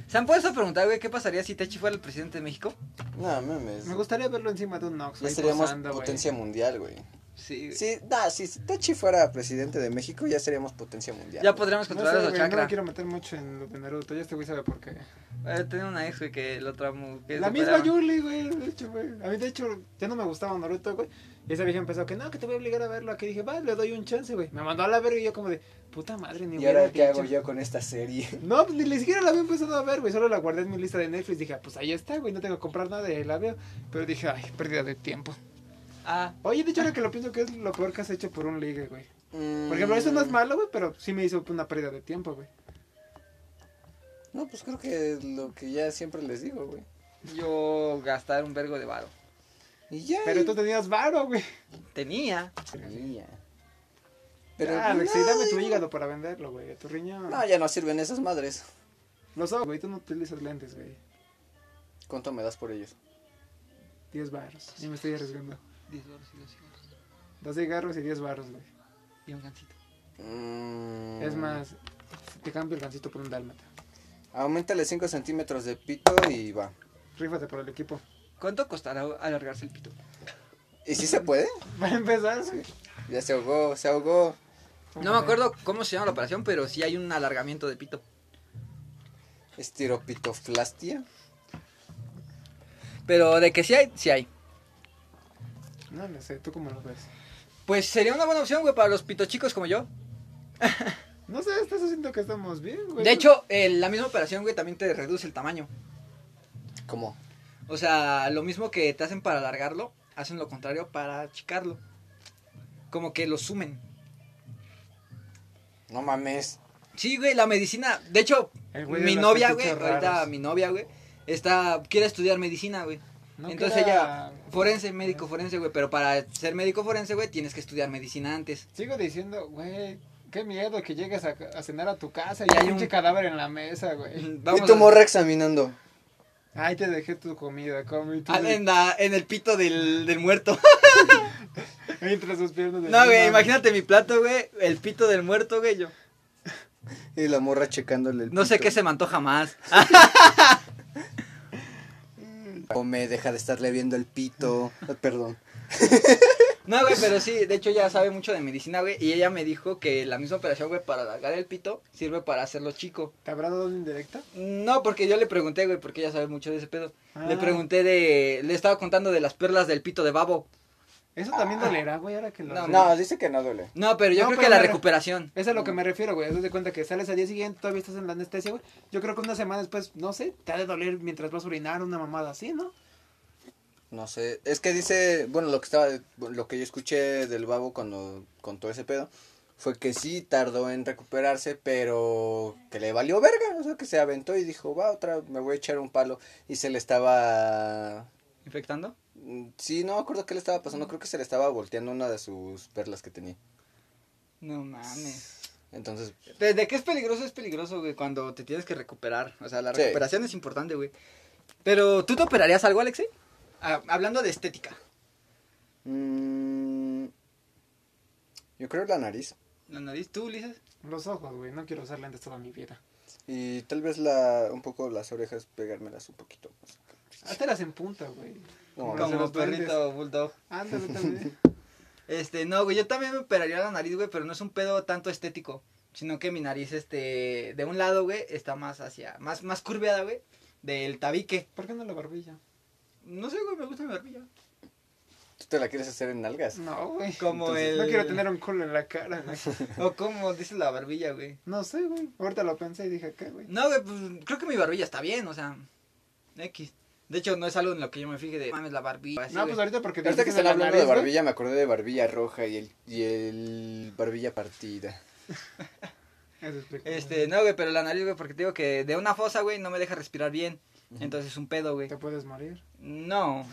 [SPEAKER 1] ¿Se han puesto a preguntar, güey, qué pasaría si Itachi fuera el presidente de México?
[SPEAKER 2] No mames.
[SPEAKER 3] Me gustaría verlo encima de un Nox.
[SPEAKER 2] Ya
[SPEAKER 3] güey,
[SPEAKER 2] seríamos
[SPEAKER 3] posando, güey.
[SPEAKER 2] potencia mundial, güey.
[SPEAKER 1] Sí. güey.
[SPEAKER 2] Sí, nah, si Itachi fuera presidente de México, ya seríamos potencia mundial.
[SPEAKER 1] Ya podríamos
[SPEAKER 3] No,
[SPEAKER 1] controlar
[SPEAKER 3] sé,
[SPEAKER 1] los
[SPEAKER 3] güey, no me
[SPEAKER 1] chakras.
[SPEAKER 3] quiero meter mucho en lo de Naruto. Ya este güey sabe por qué.
[SPEAKER 1] tenía Eh, una ex, güey, que lo tramo. que
[SPEAKER 3] La
[SPEAKER 1] se
[SPEAKER 3] misma
[SPEAKER 1] peleaba.
[SPEAKER 3] Yuli, güey. De hecho, güey. A mí, de hecho, ya no me gustaba Naruto, güey. Y esa vieja empezó que no, que te voy a obligar a verlo. Aquí dije, va, le doy un chance, güey. Me mandó a la verga y yo, como de puta madre, ni
[SPEAKER 2] ¿Y ahora
[SPEAKER 3] hubiera
[SPEAKER 2] qué hago
[SPEAKER 3] dicho.
[SPEAKER 2] yo con esta serie?
[SPEAKER 3] No, pues, ni, ni siquiera la había empezado a ver, güey. Solo la guardé en mi lista de Netflix. Dije, ah, pues ahí está, güey. No tengo que comprar nada de la veo. Pero dije, ay, pérdida de tiempo.
[SPEAKER 1] Ah,
[SPEAKER 3] Oye, de hecho, ahora que lo pienso, que es lo peor que has hecho por un ligue, güey.
[SPEAKER 2] Mm,
[SPEAKER 3] Por ejemplo, eso no es malo, güey, pero sí me hizo una pérdida de tiempo, güey.
[SPEAKER 2] No, pues creo que es lo que ya siempre les digo, güey.
[SPEAKER 1] yo gastar un vergo de varo.
[SPEAKER 2] Y ya.
[SPEAKER 3] Pero tú tenías varo, güey.
[SPEAKER 1] Tenía.
[SPEAKER 2] Y ya.
[SPEAKER 3] Pero,
[SPEAKER 2] Pero,
[SPEAKER 3] ah, Alexei,
[SPEAKER 2] no,
[SPEAKER 3] dame tu
[SPEAKER 2] digo-
[SPEAKER 3] hígado para venderlo, güey. a Tu riñón.
[SPEAKER 2] No, ya no sirven esas madres.
[SPEAKER 3] Los ojos, güey. Tú no utilizas lentes, güey.
[SPEAKER 2] ¿Cuánto me das por ellos?
[SPEAKER 3] 10 baros. Y me estoy arriesgando. Dos cigarros y 10 baros, güey.
[SPEAKER 1] Y un gancito.
[SPEAKER 2] Mm,
[SPEAKER 3] Es más, te cambio el gancito por un dálmata.
[SPEAKER 2] Aumentale 5 centímetros de pito y va.
[SPEAKER 3] Rífate por el equipo.
[SPEAKER 1] ¿Cuánto costará alargarse el pito?
[SPEAKER 2] ¿Y si se puede?
[SPEAKER 3] Para empezar, güey.
[SPEAKER 2] Ya se ahogó, se ahogó.
[SPEAKER 1] No me acuerdo cómo se llama la operación, pero sí hay un alargamiento de pito.
[SPEAKER 2] Estiropitoflastia.
[SPEAKER 1] Pero de que sí hay, sí hay.
[SPEAKER 3] No, no sé. ¿Tú cómo lo ves?
[SPEAKER 1] Pues sería una buena opción, güey, para los pito chicos como yo.
[SPEAKER 3] No sé, estás haciendo que estamos bien, güey.
[SPEAKER 1] De hecho, eh, la misma operación, güey, también te reduce el tamaño.
[SPEAKER 2] ¿Cómo?
[SPEAKER 1] O sea, lo mismo que te hacen para alargarlo, hacen lo contrario para achicarlo. Como que lo sumen.
[SPEAKER 2] No mames.
[SPEAKER 1] Sí, güey, la medicina. De hecho,
[SPEAKER 3] El güey de
[SPEAKER 1] mi
[SPEAKER 3] los
[SPEAKER 1] novia, güey,
[SPEAKER 3] fetiches
[SPEAKER 1] ahorita
[SPEAKER 3] raros.
[SPEAKER 1] mi novia, güey, está quiere estudiar medicina, güey.
[SPEAKER 3] No, que
[SPEAKER 1] Entonces
[SPEAKER 3] era-
[SPEAKER 1] ella e- forense, médico forense, güey, pero para ser médico forense, güey, tienes que estudiar medicina antes.
[SPEAKER 3] Sigo diciendo, güey, qué miedo que llegues a, a cenar a tu casa
[SPEAKER 1] Y
[SPEAKER 3] y
[SPEAKER 1] hay
[SPEAKER 3] hay
[SPEAKER 1] un-
[SPEAKER 3] un pinche cadáver en la mesa, güey.
[SPEAKER 1] Vamos
[SPEAKER 2] y tu
[SPEAKER 1] a-
[SPEAKER 2] morra examinando.
[SPEAKER 3] Ay, te dejé tu comida, come tú.
[SPEAKER 1] Ah, en, la- en el pito del, del muerto.
[SPEAKER 3] Entre sus piernas. de-
[SPEAKER 1] No, güey,
[SPEAKER 3] mames.
[SPEAKER 1] imagínate mi plato, güey, el pito del muerto, güey, yo.
[SPEAKER 2] Y la morra checándole el
[SPEAKER 1] No sé
[SPEAKER 2] pito.
[SPEAKER 1] qué se me antoja más.
[SPEAKER 2] Come, deja de estarle viendo el pito. Ah, Perdón.
[SPEAKER 1] No, güey, pero sí, de hecho ella sabe mucho de medicina, güey, y ella me dijo que la misma operación, güey, para alargar el pito sirve para hacerlo chico.
[SPEAKER 3] ¿Te habrá dado una indirecta?
[SPEAKER 1] No, porque yo le pregunté, güey, porque ella sabe mucho de ese pedo. Le
[SPEAKER 3] Ah.
[SPEAKER 1] pregunté de, le estaba contando de las perlas del pito de babo.
[SPEAKER 3] Eso también dolerá, güey, ahora que lo...
[SPEAKER 1] No,
[SPEAKER 5] No, dice que no duele.
[SPEAKER 1] No, pero yo
[SPEAKER 3] No,
[SPEAKER 1] creo
[SPEAKER 3] pero
[SPEAKER 1] que la
[SPEAKER 3] me re-
[SPEAKER 1] recuperación.
[SPEAKER 3] Eso es a lo que me refiero, güey. Haz de cuenta que sales al día siguiente, todavía estás en la anestesia, güey. Yo creo que una semana después, no sé, te ha de doler mientras vas a orinar una mamada así, ¿no?
[SPEAKER 2] No sé, es que dice, bueno, lo que estaba, lo que yo escuché del babo cuando contó ese pedo, fue que sí tardó en recuperarse, pero que le valió verga, o sea, que se aventó y dijo, va otra, me voy a echar un palo, y se le estaba,
[SPEAKER 1] ¿Infectando?
[SPEAKER 2] mm, sí, no me acuerdo qué le estaba pasando, creo que se le estaba volteando una de sus perlas que tenía,
[SPEAKER 1] No mames.
[SPEAKER 2] entonces,
[SPEAKER 1] Desde que es peligroso, es peligroso, güey, cuando te tienes que recuperar. O sea, la
[SPEAKER 2] Sí.
[SPEAKER 1] recuperación es importante, güey. Pero, ¿tú te operarías algo, Alexei? Ah, hablando de estética.
[SPEAKER 2] mm, yo creo la nariz,
[SPEAKER 1] ¿La nariz? ¿Tú, Ulises?
[SPEAKER 3] Los ojos, güey. No quiero usar lentes toda mi vida.
[SPEAKER 2] y tal vez la, un poco las orejas, pegármelas un poquito más.
[SPEAKER 3] Hazte Ah, las en punta, güey.
[SPEAKER 2] No,
[SPEAKER 3] Como
[SPEAKER 1] Como
[SPEAKER 3] los duendes.
[SPEAKER 1] perrito bulldog.
[SPEAKER 3] Ándale también.
[SPEAKER 1] Este, no, güey, yo también me operaría la nariz, güey, pero no es un pedo tanto estético, sino que mi nariz, este, de un lado, güey, está más hacia, más, más curveada, güey, del tabique.
[SPEAKER 3] ¿Por qué no la barbilla?
[SPEAKER 1] No sé, güey, me gusta mi barbilla.
[SPEAKER 2] ¿Tú te la quieres hacer en nalgas?
[SPEAKER 3] No, güey.
[SPEAKER 1] Como el...
[SPEAKER 3] No quiero tener un culo en la cara, güey.
[SPEAKER 1] O como dice la barbilla, güey.
[SPEAKER 3] No sé, güey. Ahorita lo pensé y dije, ¿qué, güey?
[SPEAKER 1] No, güey, pues, creo que mi barbilla está bien, o sea, X. De hecho, no es algo en lo que yo me fije de, mames, la barbilla, así,
[SPEAKER 3] no,
[SPEAKER 1] güey.
[SPEAKER 3] pues ahorita porque
[SPEAKER 2] Ahorita que
[SPEAKER 3] dijiste
[SPEAKER 2] están
[SPEAKER 3] la
[SPEAKER 2] hablando de
[SPEAKER 3] nariz, güey.
[SPEAKER 2] barbilla, me acordé de barbilla roja y el, y el barbilla partida.
[SPEAKER 3] Eso explica.
[SPEAKER 1] Este, no, güey, pero la nariz, güey, porque te digo que de una fosa, güey, no me deja respirar bien, entonces es un pedo, güey.
[SPEAKER 3] Te puedes morir.
[SPEAKER 1] No,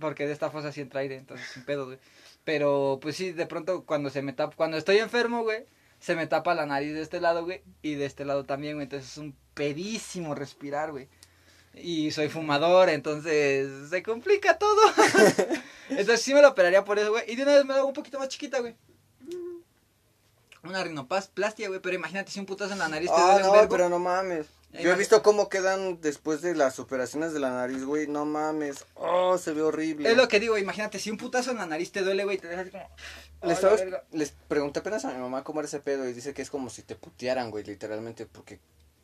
[SPEAKER 1] porque de esta fosa sí entra aire, entonces sin pedo, güey. Pero pues sí, de pronto cuando se me tapa, cuando estoy enfermo, güey, se me tapa la nariz de este lado, güey, y de este lado también, güey. Entonces es un pedísimo respirar, güey. Y soy fumador, entonces se complica todo. entonces sí me lo operaría por eso, güey. Y de una vez me lo hago un poquito más chiquita, güey. Una rinoplastia, güey, pero imagínate si un putazo en la nariz te
[SPEAKER 2] Ah,
[SPEAKER 1] duele un
[SPEAKER 2] no,
[SPEAKER 1] vergo.
[SPEAKER 2] pero no mames. Yo he
[SPEAKER 1] Imagínate.
[SPEAKER 2] visto cómo quedan después de las operaciones de la nariz, güey. No mames. Oh, se ve horrible.
[SPEAKER 1] Es lo que digo, imagínate si un putazo en la nariz te duele, güey, te dejas como... "Ay,
[SPEAKER 2] Les,
[SPEAKER 1] la
[SPEAKER 2] estaba-
[SPEAKER 1] verga".
[SPEAKER 2] les pregunté apenas a mi mamá cómo era ese pedo y dice que es como si te putearan, güey, literalmente, porque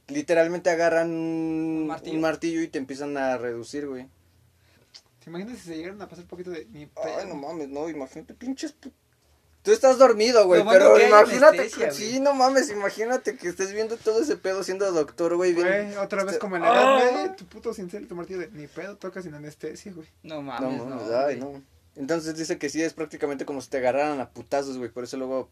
[SPEAKER 2] literalmente agarran un
[SPEAKER 1] martillo.
[SPEAKER 2] martillo, y te empiezan a reducir, güey.
[SPEAKER 3] ¿Te imaginas si se llegaran a pasar poquito de mi
[SPEAKER 2] Ay, no mames, no, imagínate, pinches. pu- Tú estás dormido, güey,
[SPEAKER 1] Lo bueno
[SPEAKER 2] pero
[SPEAKER 1] que hay
[SPEAKER 2] imagínate.
[SPEAKER 1] anestesia,
[SPEAKER 2] que-
[SPEAKER 1] güey.
[SPEAKER 2] sí, no mames, imagínate que estés viendo todo ese pedo siendo doctor, güey. bien-
[SPEAKER 3] Güey, otra vez como en la
[SPEAKER 2] Ah.
[SPEAKER 3] edad media, tu puto cincel y tu martillo de ni pedo, toca sin anestesia, güey.
[SPEAKER 1] No mames,
[SPEAKER 2] No
[SPEAKER 1] no,
[SPEAKER 2] mames, ay,
[SPEAKER 1] güey.
[SPEAKER 2] no. Entonces dice que sí, es prácticamente como si te agarraran a putazos, güey. Por eso luego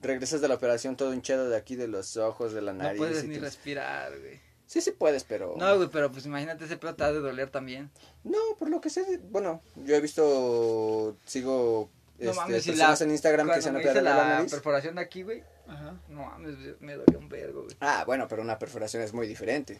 [SPEAKER 2] regresas de la operación todo hinchado de aquí, de los ojos, de la
[SPEAKER 1] No
[SPEAKER 2] nariz.
[SPEAKER 1] puedes
[SPEAKER 2] y
[SPEAKER 1] ni
[SPEAKER 2] te-
[SPEAKER 1] respirar, güey.
[SPEAKER 2] Sí, sí puedes, pero.
[SPEAKER 1] No, güey, pero pues imagínate ese pedo te ha de doler también.
[SPEAKER 2] No, por lo que sé, bueno, yo he visto, sigo
[SPEAKER 1] No
[SPEAKER 2] este,
[SPEAKER 1] mames, si
[SPEAKER 2] personas
[SPEAKER 1] la-
[SPEAKER 2] en Instagram que se
[SPEAKER 1] Cuando
[SPEAKER 2] han
[SPEAKER 1] me hice
[SPEAKER 2] operado la,
[SPEAKER 1] la,
[SPEAKER 2] nariz.
[SPEAKER 1] perforación de aquí, güey,
[SPEAKER 3] Ajá.
[SPEAKER 1] no mames, güey, me dolió un vergo, güey.
[SPEAKER 2] Ah, bueno, pero una perforación es muy diferente.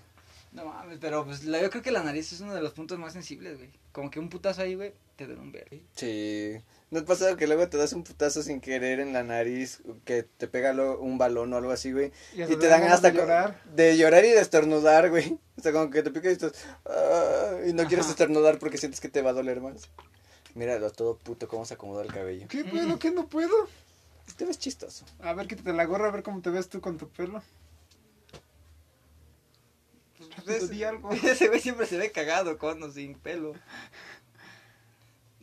[SPEAKER 1] No mames, pero pues la- yo creo que la nariz es uno de los puntos más sensibles, güey. Como que un putazo ahí, güey, te duele un vergo.
[SPEAKER 2] Sí. ¿No te ha pasado que luego te das un putazo sin querer en la nariz, que te pega lo- un balón o algo así, güey? Y,
[SPEAKER 3] hasta
[SPEAKER 2] te dan
[SPEAKER 3] ganas
[SPEAKER 2] hasta
[SPEAKER 3] de
[SPEAKER 2] co-
[SPEAKER 3] llorar.
[SPEAKER 2] De llorar y de estornudar, güey. O sea, como que te pica y estás... "Ah", y no quieres
[SPEAKER 1] Ajá.
[SPEAKER 2] estornudar porque sientes que te va a doler más. Míralo, todo puto, cómo se acomoda el cabello.
[SPEAKER 3] ¿Qué puedo? ¿Qué no puedo?
[SPEAKER 2] Te ves chistoso.
[SPEAKER 3] A ver, quítate la gorra, a ver cómo te ves tú con tu pelo. Pues, di algo.
[SPEAKER 1] Ese güey siempre se ve cagado cuando sin pelo.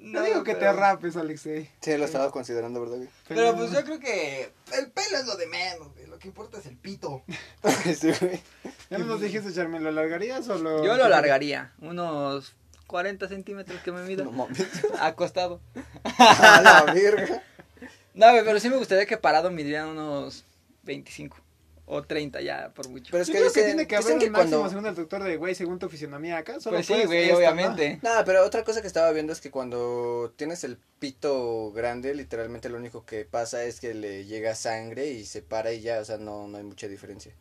[SPEAKER 3] No, digo que te
[SPEAKER 1] pero-
[SPEAKER 3] rapes, Alexei.
[SPEAKER 2] Sí, lo estaba considerando, ¿verdad, güey?
[SPEAKER 1] Pero pues yo creo que el pelo es lo de menos, güey. Lo que importa es el pito.
[SPEAKER 2] sí, güey.
[SPEAKER 3] Ya no nos dijiste, Charmen, ¿lo largarías o lo...?
[SPEAKER 1] Yo lo alargaría unos 40 centímetros que me mida.
[SPEAKER 2] No mames.
[SPEAKER 1] Acostado.
[SPEAKER 2] A la verga.
[SPEAKER 1] No, güey, pero sí me gustaría que parado midieran unos 25 o 30 ya, por mucho.
[SPEAKER 2] Pero
[SPEAKER 3] Es
[SPEAKER 2] es
[SPEAKER 3] que,
[SPEAKER 2] que
[SPEAKER 3] creo
[SPEAKER 2] dicen
[SPEAKER 3] que tiene que
[SPEAKER 2] dicen
[SPEAKER 3] haber un
[SPEAKER 2] que
[SPEAKER 3] máximo
[SPEAKER 2] cuando...
[SPEAKER 3] según el doctor de, güey, según tu fisionomía acá. Solo
[SPEAKER 1] pues sí,
[SPEAKER 3] puedes
[SPEAKER 1] güey,
[SPEAKER 3] esto, ¿no?
[SPEAKER 1] obviamente.
[SPEAKER 2] Nada, pero otra cosa que estaba viendo es que cuando tienes el pito grande, literalmente lo único que pasa es que le llega sangre y se para y ya, o sea, no, no hay mucha diferencia.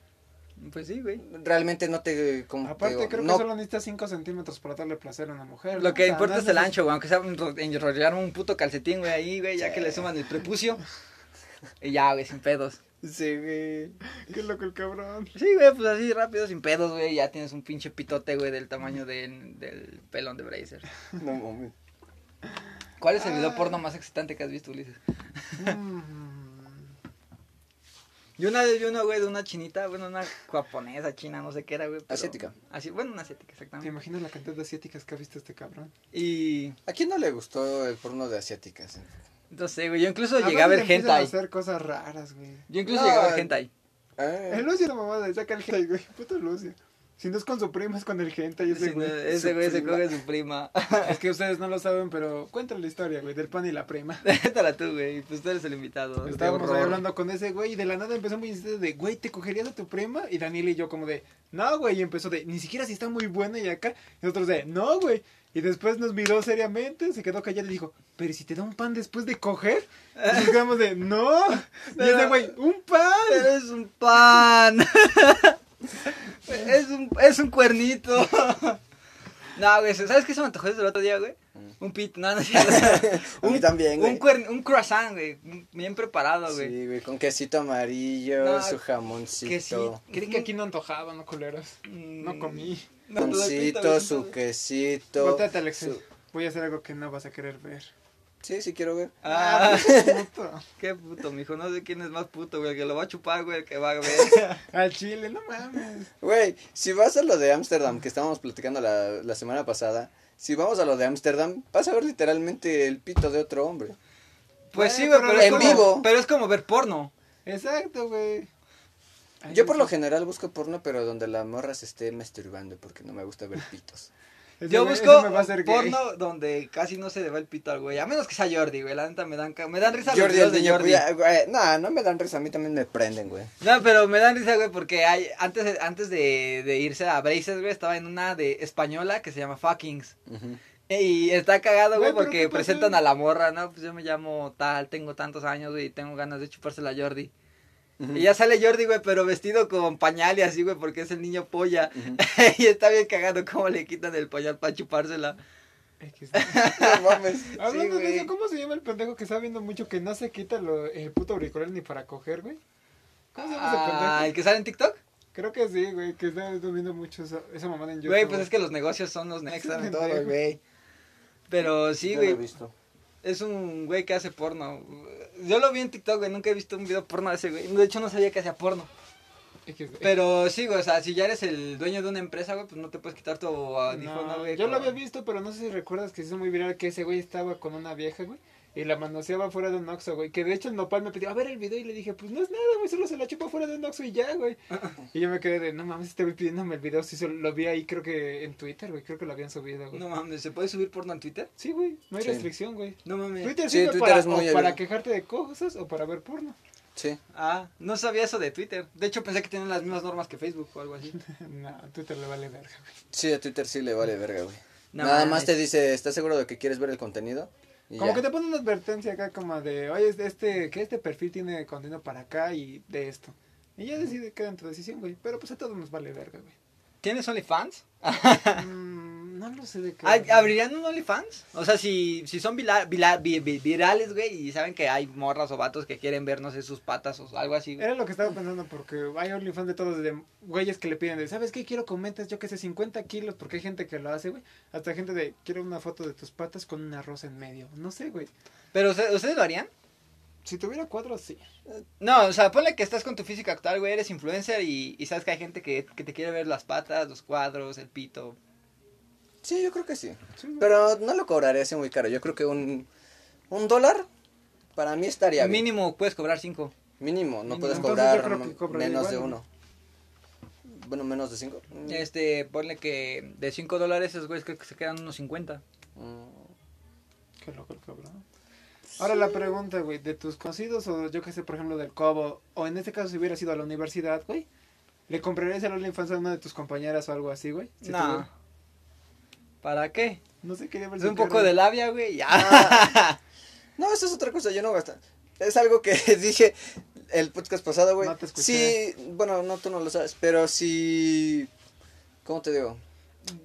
[SPEAKER 1] Pues sí, güey.
[SPEAKER 2] Realmente no te... Como
[SPEAKER 3] Aparte,
[SPEAKER 2] te-
[SPEAKER 3] creo
[SPEAKER 2] no-
[SPEAKER 3] que solo necesitas 5 centímetros para darle placer a una mujer.
[SPEAKER 1] Lo
[SPEAKER 3] ¿no?
[SPEAKER 1] que
[SPEAKER 3] O sea,
[SPEAKER 1] importa
[SPEAKER 3] no
[SPEAKER 1] es el
[SPEAKER 3] neces-
[SPEAKER 1] ancho, güey, aunque sea enro- enrollar un puto calcetín, güey, ahí, güey, ya que le suman el prepucio. Y ya, güey, sin pedos.
[SPEAKER 2] Sí, güey.
[SPEAKER 3] Qué loco el cabrón.
[SPEAKER 1] Sí, güey, pues así rápido, sin pedos, güey. Ya tienes un pinche pitote, güey, del tamaño del, del pelón de Bracer.
[SPEAKER 2] No mames.
[SPEAKER 1] ¿Cuál es el video
[SPEAKER 3] Ah.
[SPEAKER 1] porno más excitante que has visto, Ulises?
[SPEAKER 3] Mm.
[SPEAKER 1] Yo una vez vi uno, güey, de una chinita, bueno, una japonesa, china, no sé qué era, güey. pero-
[SPEAKER 2] Asiática.
[SPEAKER 1] Así, bueno, una asiática,
[SPEAKER 3] ¿Te
[SPEAKER 1] exactamente.
[SPEAKER 3] imaginas la cantidad de asiáticas que ha visto este cabrón?
[SPEAKER 1] Y,
[SPEAKER 2] ¿A quién no le gustó el porno de asiáticas?
[SPEAKER 1] no sé, güey, yo incluso
[SPEAKER 3] Aparte
[SPEAKER 1] llegué a ver
[SPEAKER 3] le Ah, empiezan
[SPEAKER 1] gente ahí.
[SPEAKER 3] hacer cosas raras, güey.
[SPEAKER 1] Yo incluso
[SPEAKER 2] No,
[SPEAKER 1] llegué a ver
[SPEAKER 2] el-
[SPEAKER 1] gente ahí.
[SPEAKER 2] Ah,
[SPEAKER 3] El Lucio la mamá le saca el hentai, güey. Puto Lucio. Si no es con su prima, es con el hentai ese güey.
[SPEAKER 1] Ese
[SPEAKER 3] Su
[SPEAKER 1] güey se
[SPEAKER 3] prima.
[SPEAKER 1] coge a su prima.
[SPEAKER 3] Es que ustedes no lo saben, pero cuéntale la historia, güey, del pan y la prima.
[SPEAKER 1] Déjala tú, güey, pues tú eres el invitado. de
[SPEAKER 3] Estábamos ahí
[SPEAKER 1] horror.
[SPEAKER 3] hablando con ese güey y de la nada empezó muy insistente de, güey, ¿te cogerías a tu prima? Y Daniel y yo como de, no, güey, y empezó de, ni siquiera si está muy buena y acá. Y nosotros de, no, güey. Y después nos miró seriamente, se quedó callado y dijo, pero ¿y si te da un pan después de coger? Y nos quedamos de, no. Y ese güey, un pan.
[SPEAKER 1] Pero es un pan. es, un, es un cuernito. No, güey, ¿sabes qué se me antojó desde el otro día, güey? Un pit, no, no es cierto.
[SPEAKER 2] A mí también, güey.
[SPEAKER 1] Un, cuern- un croissant, güey, bien preparado, güey.
[SPEAKER 2] Sí, güey, con quesito amarillo,
[SPEAKER 1] No,
[SPEAKER 2] su jamoncito.
[SPEAKER 1] quesito.
[SPEAKER 3] Creí que aquí no antojaba, no culeros.
[SPEAKER 1] Mm.
[SPEAKER 3] No comí.
[SPEAKER 1] No, todo el pito,
[SPEAKER 2] Pancito,
[SPEAKER 1] güey,
[SPEAKER 2] su
[SPEAKER 1] todo.
[SPEAKER 2] quesito.
[SPEAKER 3] Bótate, Alexis.
[SPEAKER 2] su-
[SPEAKER 3] Voy a hacer algo que no vas a querer ver. pues,
[SPEAKER 2] Sí, sí quiero ver.
[SPEAKER 1] Ah,
[SPEAKER 3] puto.
[SPEAKER 1] qué puto, mijo, no sé quién es más puto, güey, el que lo va a chupar, güey, el que va a ver.
[SPEAKER 3] Al chile, no mames.
[SPEAKER 2] Güey, si vas a lo de Ámsterdam, que estábamos platicando la, la semana pasada, si vamos a lo de Ámsterdam, vas a ver literalmente el pito de otro hombre.
[SPEAKER 1] Pues sí, güey, pero,
[SPEAKER 3] Bueno, pero
[SPEAKER 1] es
[SPEAKER 2] en
[SPEAKER 1] como-
[SPEAKER 2] vivo.
[SPEAKER 1] pero es como ver porno.
[SPEAKER 3] Exacto, güey. Ay,
[SPEAKER 2] Yo por
[SPEAKER 3] güey.
[SPEAKER 2] lo general busco porno, pero donde la morra se esté masturbando, porque no me gusta ver pitos.
[SPEAKER 3] Ese
[SPEAKER 1] Yo
[SPEAKER 3] güey- ese
[SPEAKER 1] busco
[SPEAKER 3] me va a hacer gay.
[SPEAKER 1] porno donde casi no se le va el pito al güey. A menos que sea Jordi, güey. La neta me dan, ca- me dan risa
[SPEAKER 2] Jordi,
[SPEAKER 1] los videos
[SPEAKER 2] el
[SPEAKER 1] de
[SPEAKER 2] niño,
[SPEAKER 1] Jordi.
[SPEAKER 2] güey, güey, no, no me dan risa, a mí también me prenden, güey.
[SPEAKER 1] No, pero me dan risa, güey, porque hay, antes, antes de, de irse a Braces, güey, estaba en una de española que se llama Fuckings.
[SPEAKER 2] Ujú.
[SPEAKER 1] Y está cagado, güey,
[SPEAKER 3] Güey, pero
[SPEAKER 1] porque
[SPEAKER 3] ¿qué pasó?
[SPEAKER 1] presentan a la morra, ¿no? Pues yo me llamo tal, tengo tantos años, güey, y tengo ganas de chupársela a Jordi. Y ya sale Jordi, güey, pero vestido con pañal y así, güey, porque es el niño polla. y está bien cagado cómo le quitan el pañal para chupársela.
[SPEAKER 3] XD.
[SPEAKER 2] No mames.
[SPEAKER 3] Hablando de
[SPEAKER 1] güey.
[SPEAKER 3] eso, ¿cómo se llama el pendejo que está viendo mucho que no se quita lo- el puto auricular ni para coger, güey? ¿Cómo se llama ese
[SPEAKER 1] Ah, ¿el
[SPEAKER 3] pendejo?
[SPEAKER 1] que sale en TikTok?
[SPEAKER 3] Creo que sí, güey, que está viendo mucho esa, esa mamada en YouTube.
[SPEAKER 1] Güey, pues es que los negocios son los next en todo, güey. Pero sí,
[SPEAKER 2] Ya lo he
[SPEAKER 1] güey,
[SPEAKER 2] visto.
[SPEAKER 1] es un güey que hace porno. Yo lo vi en TikTok, güey, nunca he visto un video porno de ese güey. De hecho, no sabía que hacía porno.
[SPEAKER 3] XD.
[SPEAKER 1] Pero sí, güey, o sea, si ya eres el dueño de una empresa, güey, pues no te puedes quitar tu audífono,
[SPEAKER 3] No,
[SPEAKER 1] güey.
[SPEAKER 3] yo lo
[SPEAKER 1] como-
[SPEAKER 3] había visto, pero no sé si recuerdas que se hizo muy viral que ese güey estaba con una vieja, güey. Y la manoseaba fuera de un Oxxo, güey. Que de hecho el Nopal me pidió, a ver el video. Y le dije, pues no es nada, güey. Solo se la chupa fuera de un Oxxo y ya, güey. y yo me quedé de, no mames, este güey pidiéndome el video. Sí, se lo vi ahí, creo que en Twitter, güey. Creo que lo habían subido, güey.
[SPEAKER 1] No mames, ¿se puede subir porno en Twitter?
[SPEAKER 3] Sí, güey. No hay
[SPEAKER 2] Sí.
[SPEAKER 3] restricción, güey.
[SPEAKER 1] No mames.
[SPEAKER 3] Twitter
[SPEAKER 2] Sí,
[SPEAKER 3] sirve
[SPEAKER 2] Twitter
[SPEAKER 3] para,
[SPEAKER 2] es muy
[SPEAKER 3] o para
[SPEAKER 2] abierto.
[SPEAKER 3] quejarte de cosas o para ver porno.
[SPEAKER 2] Sí.
[SPEAKER 1] Ah, no sabía eso de Twitter. De hecho, pensé que tenían las mismas normas que Facebook o algo así.
[SPEAKER 3] no, Twitter le vale verga, güey.
[SPEAKER 2] Sí, a Twitter sí le vale verga, güey.
[SPEAKER 1] No
[SPEAKER 2] Nada
[SPEAKER 1] mames.
[SPEAKER 2] más te dice, ¿estás seguro de que quieres ver el contenido? Y
[SPEAKER 3] Como
[SPEAKER 2] ya.
[SPEAKER 3] que te ponen una advertencia acá como de, oye, este- este, que este perfil tiene contenido para acá y de esto. Y ya decide queda en tu decisión, güey. Pero pues a todos nos vale verga, güey.
[SPEAKER 1] ¿Tienes OnlyFans?
[SPEAKER 3] Mm, no lo sé de qué.
[SPEAKER 1] Ay, ¿Abrirían un OnlyFans? O sea, si, si son vila- vila- vi- vi- virales, güey, y saben que hay morras o vatos que quieren ver, no sé, sus patas o algo así, güey.
[SPEAKER 3] Era lo que estaba pensando porque hay OnlyFans de todos, de güeyes que le piden de, ¿sabes qué? Quiero comentas, yo que sé, 50 kilos, porque hay gente que lo hace, güey. Hasta gente de, quiero una foto de tus patas con una rosa en medio. No sé, güey.
[SPEAKER 1] ¿Pero ustedes, ustedes lo harían?
[SPEAKER 3] Si tuviera cuadros, sí.
[SPEAKER 1] No, o sea, ponle que estás con tu física actual, güey, eres influencer y, y sabes que hay gente que, que te quiere ver las patas, los cuadros, el pito.
[SPEAKER 2] Sí, yo creo que sí.
[SPEAKER 3] Sí, güey.
[SPEAKER 2] Pero no lo cobraré así muy caro. Yo creo que un, un dólar para mí estaría bien.
[SPEAKER 1] Mínimo puedes cobrar cinco.
[SPEAKER 2] Mínimo, no
[SPEAKER 3] Mínimo.
[SPEAKER 2] puedes
[SPEAKER 3] Entonces yo
[SPEAKER 2] cobrar
[SPEAKER 3] creo que cobraría
[SPEAKER 2] menos
[SPEAKER 3] igual,
[SPEAKER 2] de
[SPEAKER 3] ¿no?
[SPEAKER 2] uno. Bueno, menos de cinco. Mm,
[SPEAKER 1] Este, ponle que de cinco dólares esos güeyes creo que se quedan unos cincuenta.
[SPEAKER 2] mm.
[SPEAKER 3] Qué loco el cabrón. Ahora la pregunta, güey, de tus conocidos o yo que sé, por ejemplo, del Cobo, o en este caso si hubieras ido a la universidad, güey, ¿le comprarías el OnlyFans a una de tus compañeras o algo así, güey? Si
[SPEAKER 1] no.
[SPEAKER 3] tuviera-
[SPEAKER 1] ¿Para qué?
[SPEAKER 3] No sé, quería ver
[SPEAKER 1] Es
[SPEAKER 3] su
[SPEAKER 1] un poco
[SPEAKER 3] cara.
[SPEAKER 1] de labia, güey, ya.
[SPEAKER 3] Ah.
[SPEAKER 2] Ah. No, eso es otra cosa, yo no gasto. Es algo que dije el podcast pasado, güey.
[SPEAKER 3] No te escuché.
[SPEAKER 2] Sí, bueno, no, tú no lo sabes, pero si... ¿Cómo te digo?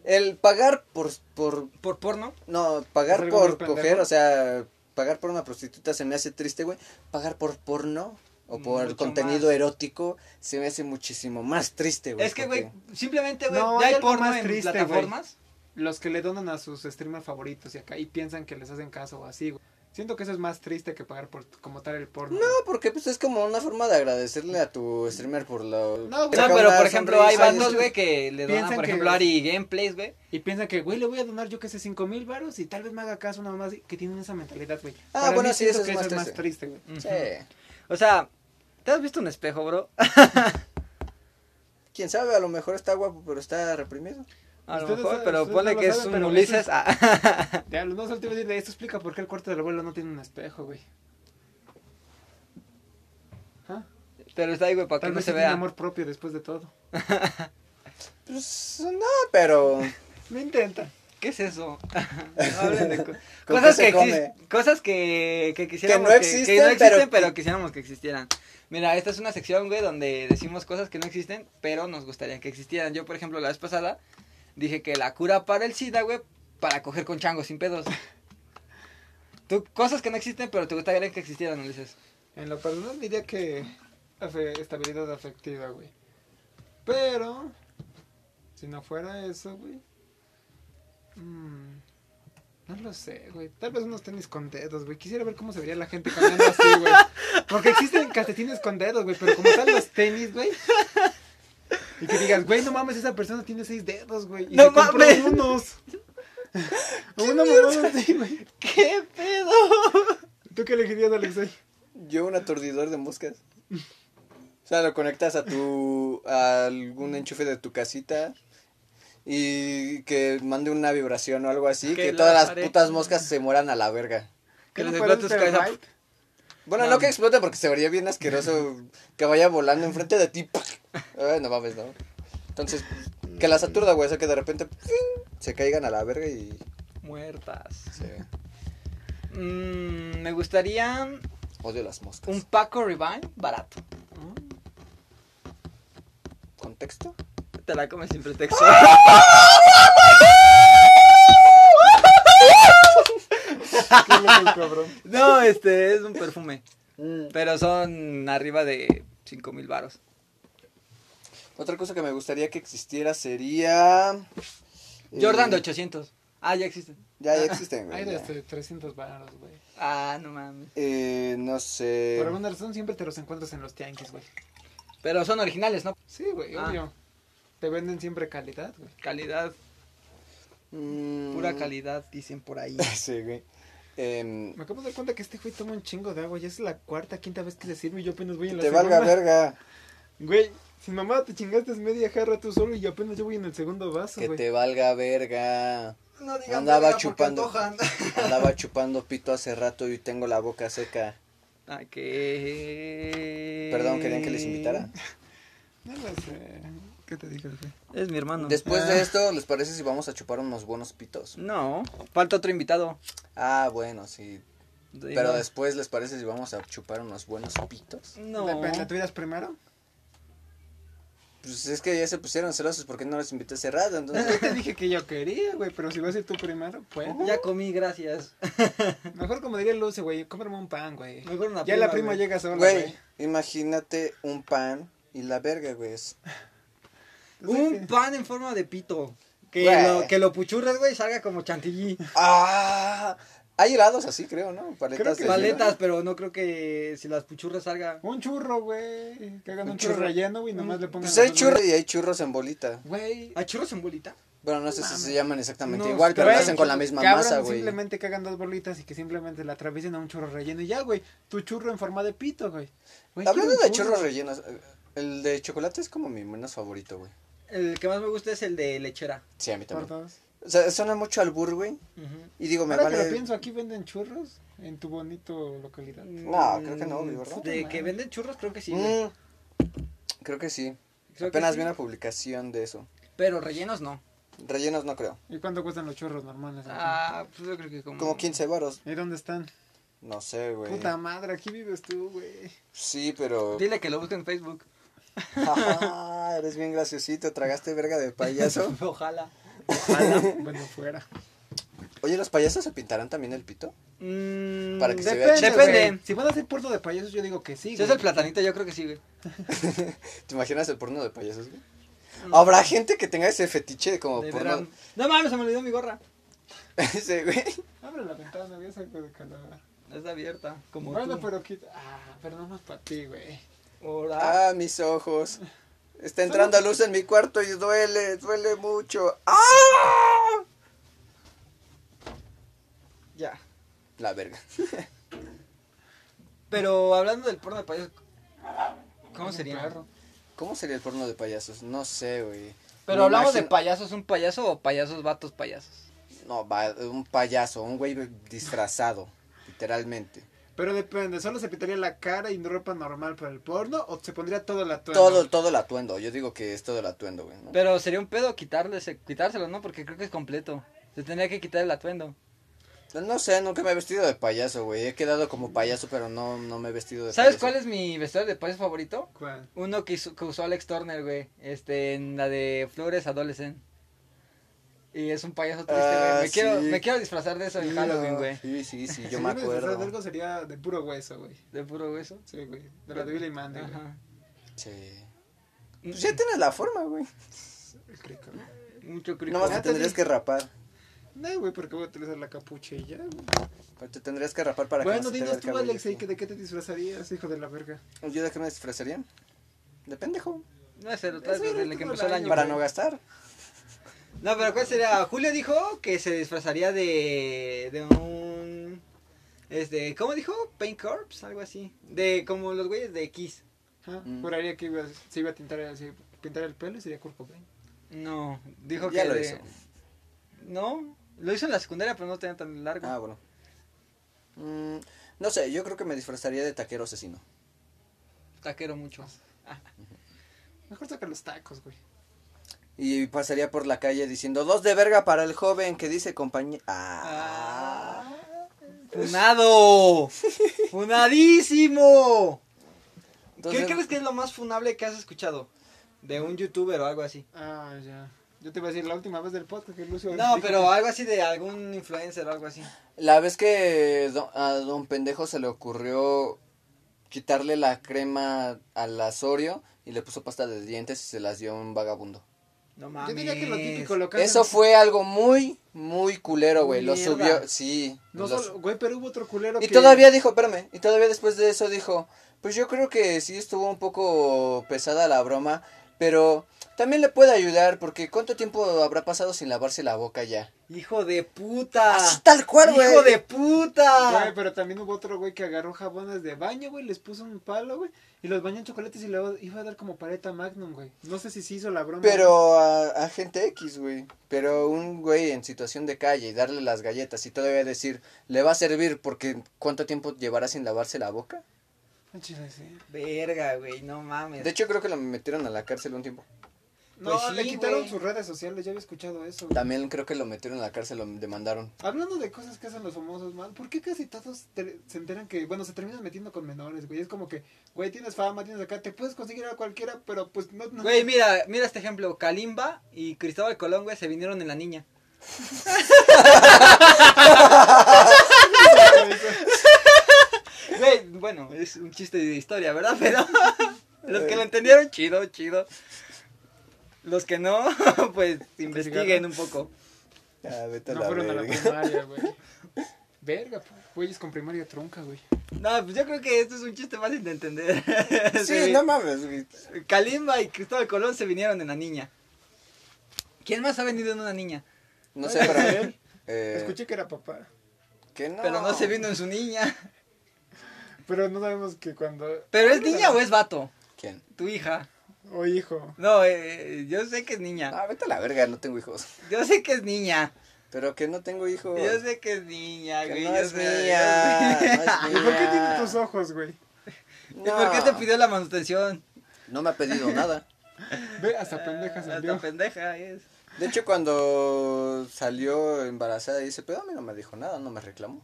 [SPEAKER 2] El pagar por... por
[SPEAKER 1] ¿Por porno?
[SPEAKER 2] no,
[SPEAKER 3] ¿Es
[SPEAKER 2] pagar
[SPEAKER 3] algo
[SPEAKER 2] por
[SPEAKER 3] muy pendejo?
[SPEAKER 2] coger, o sea, pagar por una prostituta se me hace triste, güey. Pagar por porno. o por
[SPEAKER 1] Mucho
[SPEAKER 2] contenido
[SPEAKER 1] más.
[SPEAKER 2] erótico, se me hace muchísimo más triste, güey.
[SPEAKER 1] Es que,
[SPEAKER 2] porque-
[SPEAKER 1] güey, simplemente, güey,
[SPEAKER 3] No,
[SPEAKER 1] ya hay
[SPEAKER 3] hay algo
[SPEAKER 1] porno
[SPEAKER 3] más
[SPEAKER 1] en
[SPEAKER 3] triste, güey.
[SPEAKER 1] plataformas.
[SPEAKER 3] Los que le donan a sus streamers favoritos y acá y piensan que les hacen caso o así, güey. Siento que eso es más triste que pagar por como tal el porno.
[SPEAKER 2] No, porque pues es como una forma de agradecerle a tu streamer por lo... Te
[SPEAKER 3] No, güey.
[SPEAKER 1] No,
[SPEAKER 2] saca
[SPEAKER 1] pero
[SPEAKER 2] una
[SPEAKER 1] por ejemplo,
[SPEAKER 2] sonrisa
[SPEAKER 1] hay
[SPEAKER 2] y
[SPEAKER 1] bandos,
[SPEAKER 2] eso.
[SPEAKER 1] güey, que le donan,
[SPEAKER 3] Piensan
[SPEAKER 1] por
[SPEAKER 3] que-
[SPEAKER 1] ejemplo, Ari Gameplays, güey.
[SPEAKER 3] Y piensan que, güey, le voy a donar yo que sé cinco mil varos y tal vez me haga caso nada más que tienen esa mentalidad, güey.
[SPEAKER 2] Ah,
[SPEAKER 3] Para
[SPEAKER 2] bueno,
[SPEAKER 3] mí
[SPEAKER 2] sí, eso
[SPEAKER 3] siento
[SPEAKER 2] es
[SPEAKER 3] que
[SPEAKER 2] más
[SPEAKER 3] más triste, güey.
[SPEAKER 2] Sí.
[SPEAKER 1] O sea, ¿te has visto un espejo, bro?
[SPEAKER 2] Quién sabe, a lo mejor está guapo, pero está reprimido.
[SPEAKER 1] A lo
[SPEAKER 3] Ustedes
[SPEAKER 1] mejor,
[SPEAKER 3] saben,
[SPEAKER 1] pero
[SPEAKER 3] ustedes
[SPEAKER 1] ponle
[SPEAKER 3] no lo
[SPEAKER 1] que es
[SPEAKER 3] saben,
[SPEAKER 1] un
[SPEAKER 3] pero
[SPEAKER 1] Ulises.
[SPEAKER 3] eso
[SPEAKER 1] ah,
[SPEAKER 3] Diablo, no, solo te iba a decir, esto explica por qué el cuarto del abuelo no tiene un espejo, güey. ¿Ah?
[SPEAKER 1] pero está ahí, güey, para que
[SPEAKER 3] Tal
[SPEAKER 1] no
[SPEAKER 3] vez
[SPEAKER 1] se
[SPEAKER 3] se tiene
[SPEAKER 1] vea.
[SPEAKER 3] amor propio después de todo.
[SPEAKER 2] Pues no, pero...
[SPEAKER 3] No intenta.
[SPEAKER 1] ¿Qué es eso? No hablen de co-
[SPEAKER 2] ¿Con
[SPEAKER 1] cosas,
[SPEAKER 2] qué
[SPEAKER 1] que
[SPEAKER 2] se come?
[SPEAKER 1] exis- cosas que, que quisiéramos
[SPEAKER 2] Que no
[SPEAKER 1] que
[SPEAKER 2] existen,
[SPEAKER 1] no existen pero,
[SPEAKER 2] pero que-
[SPEAKER 1] quisiéramos que existieran. Mira, esta es una sección, güey, donde decimos cosas que no existen, pero nos gustaría que existieran. Yo, por ejemplo, la vez pasada dije que la cura para el SIDA, güey, para coger con changos sin pedos. Tú, cosas que no existen, pero te gustaría que existieran, Ulises.
[SPEAKER 3] En lo personal diría que afe- estabilidad afectiva, güey. Pero, si no fuera eso, güey. mm, no lo sé, güey. Tal vez unos tenis con dedos, güey. Quisiera ver cómo se vería la gente caminando así, güey. Porque existen calcetines con dedos, güey. Pero como están los tenis, güey. Y que digas, güey, no mames, esa persona tiene seis dedos, güey. Y
[SPEAKER 1] ¡No
[SPEAKER 3] se compró
[SPEAKER 1] mames!
[SPEAKER 3] unos. Una mamada así, güey.
[SPEAKER 1] ¿Qué pedo?
[SPEAKER 3] ¿Tú qué elegirías, Alexei?
[SPEAKER 2] Yo un aturdidor de moscas. O sea, lo conectas a tu a algún enchufe de tu casita y que mande una vibración o algo así,
[SPEAKER 1] Que
[SPEAKER 2] que
[SPEAKER 1] la
[SPEAKER 2] todas las
[SPEAKER 1] pared-
[SPEAKER 2] putas moscas se mueran a la verga.
[SPEAKER 1] Que
[SPEAKER 3] ¿Qué
[SPEAKER 1] les
[SPEAKER 3] te
[SPEAKER 1] explote
[SPEAKER 3] parece,
[SPEAKER 1] su cabeza.
[SPEAKER 3] Right?
[SPEAKER 2] Bueno, no,
[SPEAKER 1] No.
[SPEAKER 2] que explote porque se vería bien asqueroso que vaya volando enfrente de ti. Ay, no mames, no. Entonces, que las aturda, güey, o sea, que de repente ¡ping! se caigan a la verga y
[SPEAKER 1] Muertas.
[SPEAKER 2] se
[SPEAKER 1] Mm, me gustaría
[SPEAKER 2] odio las moscas.
[SPEAKER 1] un Paco Revive barato.
[SPEAKER 2] ¿Contexto?
[SPEAKER 1] Te la comes sin pretexto.
[SPEAKER 3] Qué loco, cabrón.
[SPEAKER 1] No, este es un perfume. Pero son arriba de 5 mil varos.
[SPEAKER 2] Otra cosa que me gustaría que existiera sería
[SPEAKER 1] Jordan de
[SPEAKER 2] eh,
[SPEAKER 1] 800. Ah, ya existe.
[SPEAKER 2] Ya, ya existen,
[SPEAKER 3] Hay
[SPEAKER 2] güey.
[SPEAKER 3] de
[SPEAKER 2] ya.
[SPEAKER 3] hasta 300 baros, güey.
[SPEAKER 1] Ah, no mames.
[SPEAKER 2] Eh, no sé.
[SPEAKER 3] Por alguna razón siempre te los encuentras en los tianguis, güey.
[SPEAKER 1] Pero son originales, ¿no?
[SPEAKER 3] Sí, güey,
[SPEAKER 1] Ah.
[SPEAKER 3] obvio. Te venden siempre calidad, güey.
[SPEAKER 1] Calidad,
[SPEAKER 2] Mm.
[SPEAKER 1] pura calidad, dicen por ahí.
[SPEAKER 2] sí, güey. Em,
[SPEAKER 3] Me acabo de dar cuenta que este güey toma un chingo de agua. Ya es la cuarta, quinta vez que le sirve y yo apenas voy
[SPEAKER 2] que
[SPEAKER 3] en la
[SPEAKER 2] te
[SPEAKER 3] segunda.
[SPEAKER 2] valga verga.
[SPEAKER 3] Güey, sin mamá te chingaste media jarra tú solo y apenas yo voy en el segundo vaso,
[SPEAKER 2] Que
[SPEAKER 3] güey.
[SPEAKER 2] te valga verga.
[SPEAKER 1] No
[SPEAKER 2] digan Andaba verga porque chupando. antojan. Andaba chupando pito hace rato y tengo la boca seca.
[SPEAKER 1] ¿A Ah, qué?
[SPEAKER 2] Perdón, querían que les invitara.
[SPEAKER 1] Eh,
[SPEAKER 3] No lo sé. ¿Qué te dije, güey?
[SPEAKER 1] Es mi hermano.
[SPEAKER 2] Después
[SPEAKER 1] Ah.
[SPEAKER 2] de esto, ¿les parece si vamos a chupar unos buenos pitos?
[SPEAKER 1] No, falta otro invitado.
[SPEAKER 2] Ah, bueno, sí.
[SPEAKER 1] De-
[SPEAKER 2] Pero
[SPEAKER 1] no.
[SPEAKER 2] después, ¿les parece si vamos a chupar unos buenos pitos?
[SPEAKER 1] No.
[SPEAKER 3] Depende, ¿tú irás primero?
[SPEAKER 2] Pues es que ya se pusieron celosos porque no los invité hace rato,
[SPEAKER 3] Yo
[SPEAKER 2] entonces...
[SPEAKER 3] te dije que yo quería, güey, pero si vas a ir tú primero, pues.
[SPEAKER 1] Oh. Uh, Ya comí, gracias.
[SPEAKER 2] Pues
[SPEAKER 3] Mejor como diría Luce, güey, cómprame un pan, güey.
[SPEAKER 1] Mejor una
[SPEAKER 3] Ya la prima
[SPEAKER 1] güey.
[SPEAKER 3] llega sola,
[SPEAKER 2] Güey,
[SPEAKER 3] güey.
[SPEAKER 2] imagínate un pan y la verga, güey. es-
[SPEAKER 1] Un pan en forma de pito. Que
[SPEAKER 2] Güey.
[SPEAKER 1] lo, que lo puchurres, güey, y salga como chantilly.
[SPEAKER 2] ¡Ah! Hay helados así, creo, ¿no? Paletas.
[SPEAKER 3] que
[SPEAKER 2] de
[SPEAKER 1] Paletas,
[SPEAKER 2] hielo.
[SPEAKER 1] pero no creo que si las puchurras salga.
[SPEAKER 3] Un churro, güey. Que hagan
[SPEAKER 2] Un
[SPEAKER 3] un, churro
[SPEAKER 2] churro.
[SPEAKER 3] relleno, güey, nomás
[SPEAKER 1] Un-
[SPEAKER 3] le pongan.
[SPEAKER 2] Pues hay
[SPEAKER 3] los-
[SPEAKER 2] churros y hay churros en bolita.
[SPEAKER 3] Güey.
[SPEAKER 1] ¿A churros en bolita?
[SPEAKER 2] Bueno, no sé si se llaman exactamente
[SPEAKER 1] No,
[SPEAKER 2] igual, pero lo
[SPEAKER 1] güey,
[SPEAKER 2] hacen con la misma
[SPEAKER 3] cabrón,
[SPEAKER 2] masa, güey.
[SPEAKER 3] Simplemente que hagan dos bolitas y que simplemente la atraviesen a un churro relleno y ya, güey. Tu churro en forma de pito, güey. Güey,
[SPEAKER 2] Hablando
[SPEAKER 3] quiero
[SPEAKER 2] de
[SPEAKER 3] un
[SPEAKER 2] churros rellenos, eh, el de chocolate es como mi menos favorito, güey.
[SPEAKER 1] El que más me gusta es el de lechera.
[SPEAKER 2] Sí, a mí
[SPEAKER 3] por
[SPEAKER 2] también.
[SPEAKER 3] dos.
[SPEAKER 2] O sea, suena mucho al burro, güey. Y digo, me
[SPEAKER 3] Ahora que
[SPEAKER 2] vale.
[SPEAKER 3] lo pienso, aquí venden churros en tu bonito localidad.
[SPEAKER 2] No, creo que no, güey, ¿verdad?
[SPEAKER 1] Mm, De que venden churros, creo que sí. güey.
[SPEAKER 2] Mm, creo que sí.
[SPEAKER 1] Creo que
[SPEAKER 2] Apenas
[SPEAKER 1] sí,
[SPEAKER 2] vi una publicación de eso.
[SPEAKER 1] Pero rellenos no.
[SPEAKER 2] Rellenos no creo.
[SPEAKER 3] ¿Y cuánto cuestan los churros normales? güey?
[SPEAKER 1] Ah, pues yo creo que como.
[SPEAKER 2] Como 15 varos.
[SPEAKER 3] ¿Y dónde están?
[SPEAKER 2] No sé, güey.
[SPEAKER 3] Puta madre, aquí vives tú, güey.
[SPEAKER 2] Sí, pero.
[SPEAKER 1] Dile que lo busque en Facebook.
[SPEAKER 2] Ajá, eres bien graciosito, tragaste verga de payaso.
[SPEAKER 1] Ojalá.
[SPEAKER 3] bueno, fuera.
[SPEAKER 2] Oye, ¿los payasos se pintarán también el pito?
[SPEAKER 1] Mm,
[SPEAKER 4] Para que se vea
[SPEAKER 1] depende,
[SPEAKER 4] chido.
[SPEAKER 1] Depende.
[SPEAKER 3] güey. Si van a hacer puerto de payasos, yo digo que sí.
[SPEAKER 1] Si es
[SPEAKER 3] güey.
[SPEAKER 1] el platanito, yo creo que sí, güey.
[SPEAKER 2] ¿Te imaginas el porno de payasos, güey? Habrá gente que tenga ese fetiche de como
[SPEAKER 1] Mm. De
[SPEAKER 2] porno.
[SPEAKER 1] verano. No mames, se me olvidó mi gorra.
[SPEAKER 2] Ese, güey.
[SPEAKER 3] Abre la ventana, güey, saco de calor.
[SPEAKER 1] Está abierta, como
[SPEAKER 3] Bueno,
[SPEAKER 1] tú.
[SPEAKER 3] pero quita. Ah, pero no más para ti, güey.
[SPEAKER 1] Ahora.
[SPEAKER 2] Ah, mis ojos. Está entrando luz en mi cuarto y duele, duele mucho. ¡Ah!
[SPEAKER 1] Ya.
[SPEAKER 2] La verga.
[SPEAKER 1] Pero hablando del porno de payasos, ¿cómo sería?
[SPEAKER 3] perro.
[SPEAKER 2] ¿Cómo sería el porno de payasos? No sé, güey.
[SPEAKER 1] Pero
[SPEAKER 2] Me
[SPEAKER 1] hablamos de
[SPEAKER 2] imagino-
[SPEAKER 1] payasos, un payaso o payasos, vatos, payasos.
[SPEAKER 2] No, va, un payaso, un güey disfrazado, literalmente.
[SPEAKER 3] Pero depende, solo se pitaría la cara y ropa normal para el porno o se pondría todo el atuendo.
[SPEAKER 2] Todo, todo el atuendo. Yo digo que es todo el atuendo, güey. ¿no?
[SPEAKER 1] Pero sería un pedo quitarle, ese- quitárselo, ¿no? Porque creo que es completo. Se tendría que quitar el atuendo.
[SPEAKER 2] No sé, nunca me he vestido de payaso, güey. He quedado como payaso, pero no, no me he vestido de
[SPEAKER 1] ¿Sabes
[SPEAKER 2] payaso.
[SPEAKER 1] cuál es mi vestido de payaso favorito?
[SPEAKER 3] ¿Cuál?
[SPEAKER 1] Uno que, hizo- que usó Alex Turner, güey. Este, en la de Flores Adolescent. Y es un payaso triste, güey.
[SPEAKER 2] Ah,
[SPEAKER 1] me, quiero,
[SPEAKER 2] sí.
[SPEAKER 1] me quiero disfrazar de eso en Halloween, güey.
[SPEAKER 2] Sí, sí, sí, yo me
[SPEAKER 3] Si yo disfrazara de
[SPEAKER 2] acuerdo.
[SPEAKER 3] algo sería de puro hueso, güey.
[SPEAKER 1] De puro hueso.
[SPEAKER 3] Sí, güey. De la de Billy Mandy, güey.
[SPEAKER 1] Ajá.
[SPEAKER 2] Sí.
[SPEAKER 1] Mm.
[SPEAKER 2] Pues ya tienes la forma, güey.
[SPEAKER 3] El crico, güey.
[SPEAKER 1] Mucho crico.
[SPEAKER 2] No más te tendrías que rapar.
[SPEAKER 3] No, güey, porque voy a utilizar la capucha y ya, güey.
[SPEAKER 2] Pero Te tendrías que rapar para
[SPEAKER 3] Bueno,
[SPEAKER 2] que no se te vea
[SPEAKER 3] dinos
[SPEAKER 2] el
[SPEAKER 3] tú,
[SPEAKER 2] cabello,
[SPEAKER 3] Alex, ¿y
[SPEAKER 2] sí.
[SPEAKER 3] que- ¿de qué te disfrazarías, hijo de la verga?
[SPEAKER 2] ¿Yo de qué me disfrazaría? De pendejo.
[SPEAKER 1] No sé, lo traes
[SPEAKER 3] Eso era
[SPEAKER 1] desde el que
[SPEAKER 3] todo el
[SPEAKER 1] empezó el
[SPEAKER 3] año,
[SPEAKER 1] año.
[SPEAKER 2] Para
[SPEAKER 1] güey.
[SPEAKER 2] no gastar.
[SPEAKER 1] No, pero ¿cuál sería? Julio dijo que se disfrazaría de, de un... Este, ¿cómo dijo? Paint Corps, algo así. De como los güeyes de Kiss.
[SPEAKER 3] Ajá.
[SPEAKER 2] Mm.
[SPEAKER 3] Juraría que iba, se iba a tintar, el- se iba a pintar el pelo y sería Kurt Cobain.
[SPEAKER 1] No, dijo
[SPEAKER 2] Ya
[SPEAKER 1] que...
[SPEAKER 2] lo
[SPEAKER 1] de-
[SPEAKER 2] hizo.
[SPEAKER 1] No, lo hizo en la secundaria, pero no tenía tan largo.
[SPEAKER 2] Ah, bueno. Mm, no sé, yo creo que me disfrazaría de taquero asesino.
[SPEAKER 1] Taquero mucho.
[SPEAKER 3] Mejor saca los tacos, güey.
[SPEAKER 2] Y pasaría por la calle diciendo, dos de verga para el joven que dice compañía. Ah.
[SPEAKER 1] ¡Funado! ¡Funadísimo!
[SPEAKER 2] Entonces-
[SPEAKER 1] ¿Qué crees que es lo más funable que has escuchado? De un youtuber o algo así.
[SPEAKER 3] Ah, ya. Yo te iba a decir la última vez del podcast que Lucio...
[SPEAKER 1] No,
[SPEAKER 3] dijo
[SPEAKER 1] pero algo así de algún influencer o algo así.
[SPEAKER 2] La vez que do- a don pendejo se le ocurrió quitarle la crema al azorio y le puso pasta de dientes y se las dio a un vagabundo.
[SPEAKER 1] No
[SPEAKER 3] que-
[SPEAKER 1] mames.
[SPEAKER 3] Yo diría que lo típico lo que hacen-
[SPEAKER 2] Eso fue algo muy, muy culero, güey. Lo
[SPEAKER 3] Mierda.
[SPEAKER 2] subió, sí.
[SPEAKER 3] No
[SPEAKER 2] lo
[SPEAKER 3] solo, güey, pero hubo otro culero
[SPEAKER 2] Y
[SPEAKER 3] que...
[SPEAKER 2] todavía dijo, espérame, y todavía después de eso dijo, pues yo creo que sí estuvo un poco pesada la broma, pero también le puede ayudar porque ¿cuánto tiempo habrá pasado sin lavarse la boca ya?
[SPEAKER 1] ¡Hijo de
[SPEAKER 3] Ah,
[SPEAKER 1] puta!
[SPEAKER 2] Así tal cual, güey.
[SPEAKER 1] ¡Hijo de puta!
[SPEAKER 3] Güey, pero también hubo otro güey que agarró jabones de baño, güey, les puso un palo, güey, y los bañó en chocolates y le iba a dar como paleta Magnum, güey. No sé si se hizo la broma.
[SPEAKER 2] Pero a, a gente X, güey. Pero un güey en situación de calle y darle las galletas y todavía decir, le va a servir porque ¿cuánto tiempo llevará sin lavarse la boca?
[SPEAKER 3] No, Ah, chile, sí.
[SPEAKER 1] Verga, güey, no mames.
[SPEAKER 2] De hecho creo que lo metieron a la cárcel un tiempo.
[SPEAKER 3] No,
[SPEAKER 1] Pues sí,
[SPEAKER 3] le quitaron
[SPEAKER 1] güey.
[SPEAKER 3] sus redes sociales, ya había escuchado eso. güey.
[SPEAKER 2] También creo que lo metieron a la cárcel, lo demandaron.
[SPEAKER 3] Hablando de cosas que hacen los famosos mal, ¿por qué casi todos te- se enteran que, bueno, se terminan metiendo con menores, güey? Es como que, güey, tienes fama, tienes acá, te puedes conseguir a cualquiera, pero pues no... no.
[SPEAKER 1] Güey, mira, mira este ejemplo. Kalimba y Cristóbal Colón, güey, se vinieron en la niña. Güey, bueno, es un chiste de historia, ¿verdad? Pero los que lo entendieron, chido, chido. Los que no, pues investiguen un poco.
[SPEAKER 2] Ah, vete a
[SPEAKER 3] no
[SPEAKER 2] la
[SPEAKER 3] fueron a la
[SPEAKER 2] verga.
[SPEAKER 3] primaria, güey. Verga, pues, güeyes con primaria tronca, güey.
[SPEAKER 1] No, pues yo creo que esto es un chiste fácil de entender.
[SPEAKER 2] Sí, no mames, güey.
[SPEAKER 1] Kalimba y Cristóbal Colón se vinieron en la niña. ¿Quién más ha venido en una niña?
[SPEAKER 2] No sé, pero... eh,
[SPEAKER 3] Escuché que era papá.
[SPEAKER 2] que no.
[SPEAKER 1] Pero no se vino en su niña.
[SPEAKER 3] Pero no sabemos que cuando.
[SPEAKER 1] ¿Pero es niña o es vato?
[SPEAKER 2] ¿Quién?
[SPEAKER 1] Tu hija.
[SPEAKER 3] O hijo.
[SPEAKER 1] No, eh, yo sé que es niña.
[SPEAKER 2] Ah, vete a la verga, no tengo hijos.
[SPEAKER 1] Yo sé que es niña.
[SPEAKER 2] Pero que no tengo hijos.
[SPEAKER 1] Yo sé que es niña,
[SPEAKER 2] Que
[SPEAKER 1] güey.
[SPEAKER 2] no
[SPEAKER 1] yo
[SPEAKER 2] es
[SPEAKER 1] sé, yo
[SPEAKER 2] mía,
[SPEAKER 1] sé.
[SPEAKER 2] no es
[SPEAKER 3] ¿Y
[SPEAKER 2] mía.
[SPEAKER 3] por qué tiene
[SPEAKER 2] Ah.
[SPEAKER 3] tus ojos, güey?
[SPEAKER 1] ¿Y por qué te pidió la manutención? Ah,
[SPEAKER 2] No me ha pedido nada.
[SPEAKER 3] Ve, hasta pendeja salió.
[SPEAKER 1] Hasta pendeja es.
[SPEAKER 2] De hecho, cuando salió embarazada y ese pedo, a mí no me dijo nada, no me reclamó.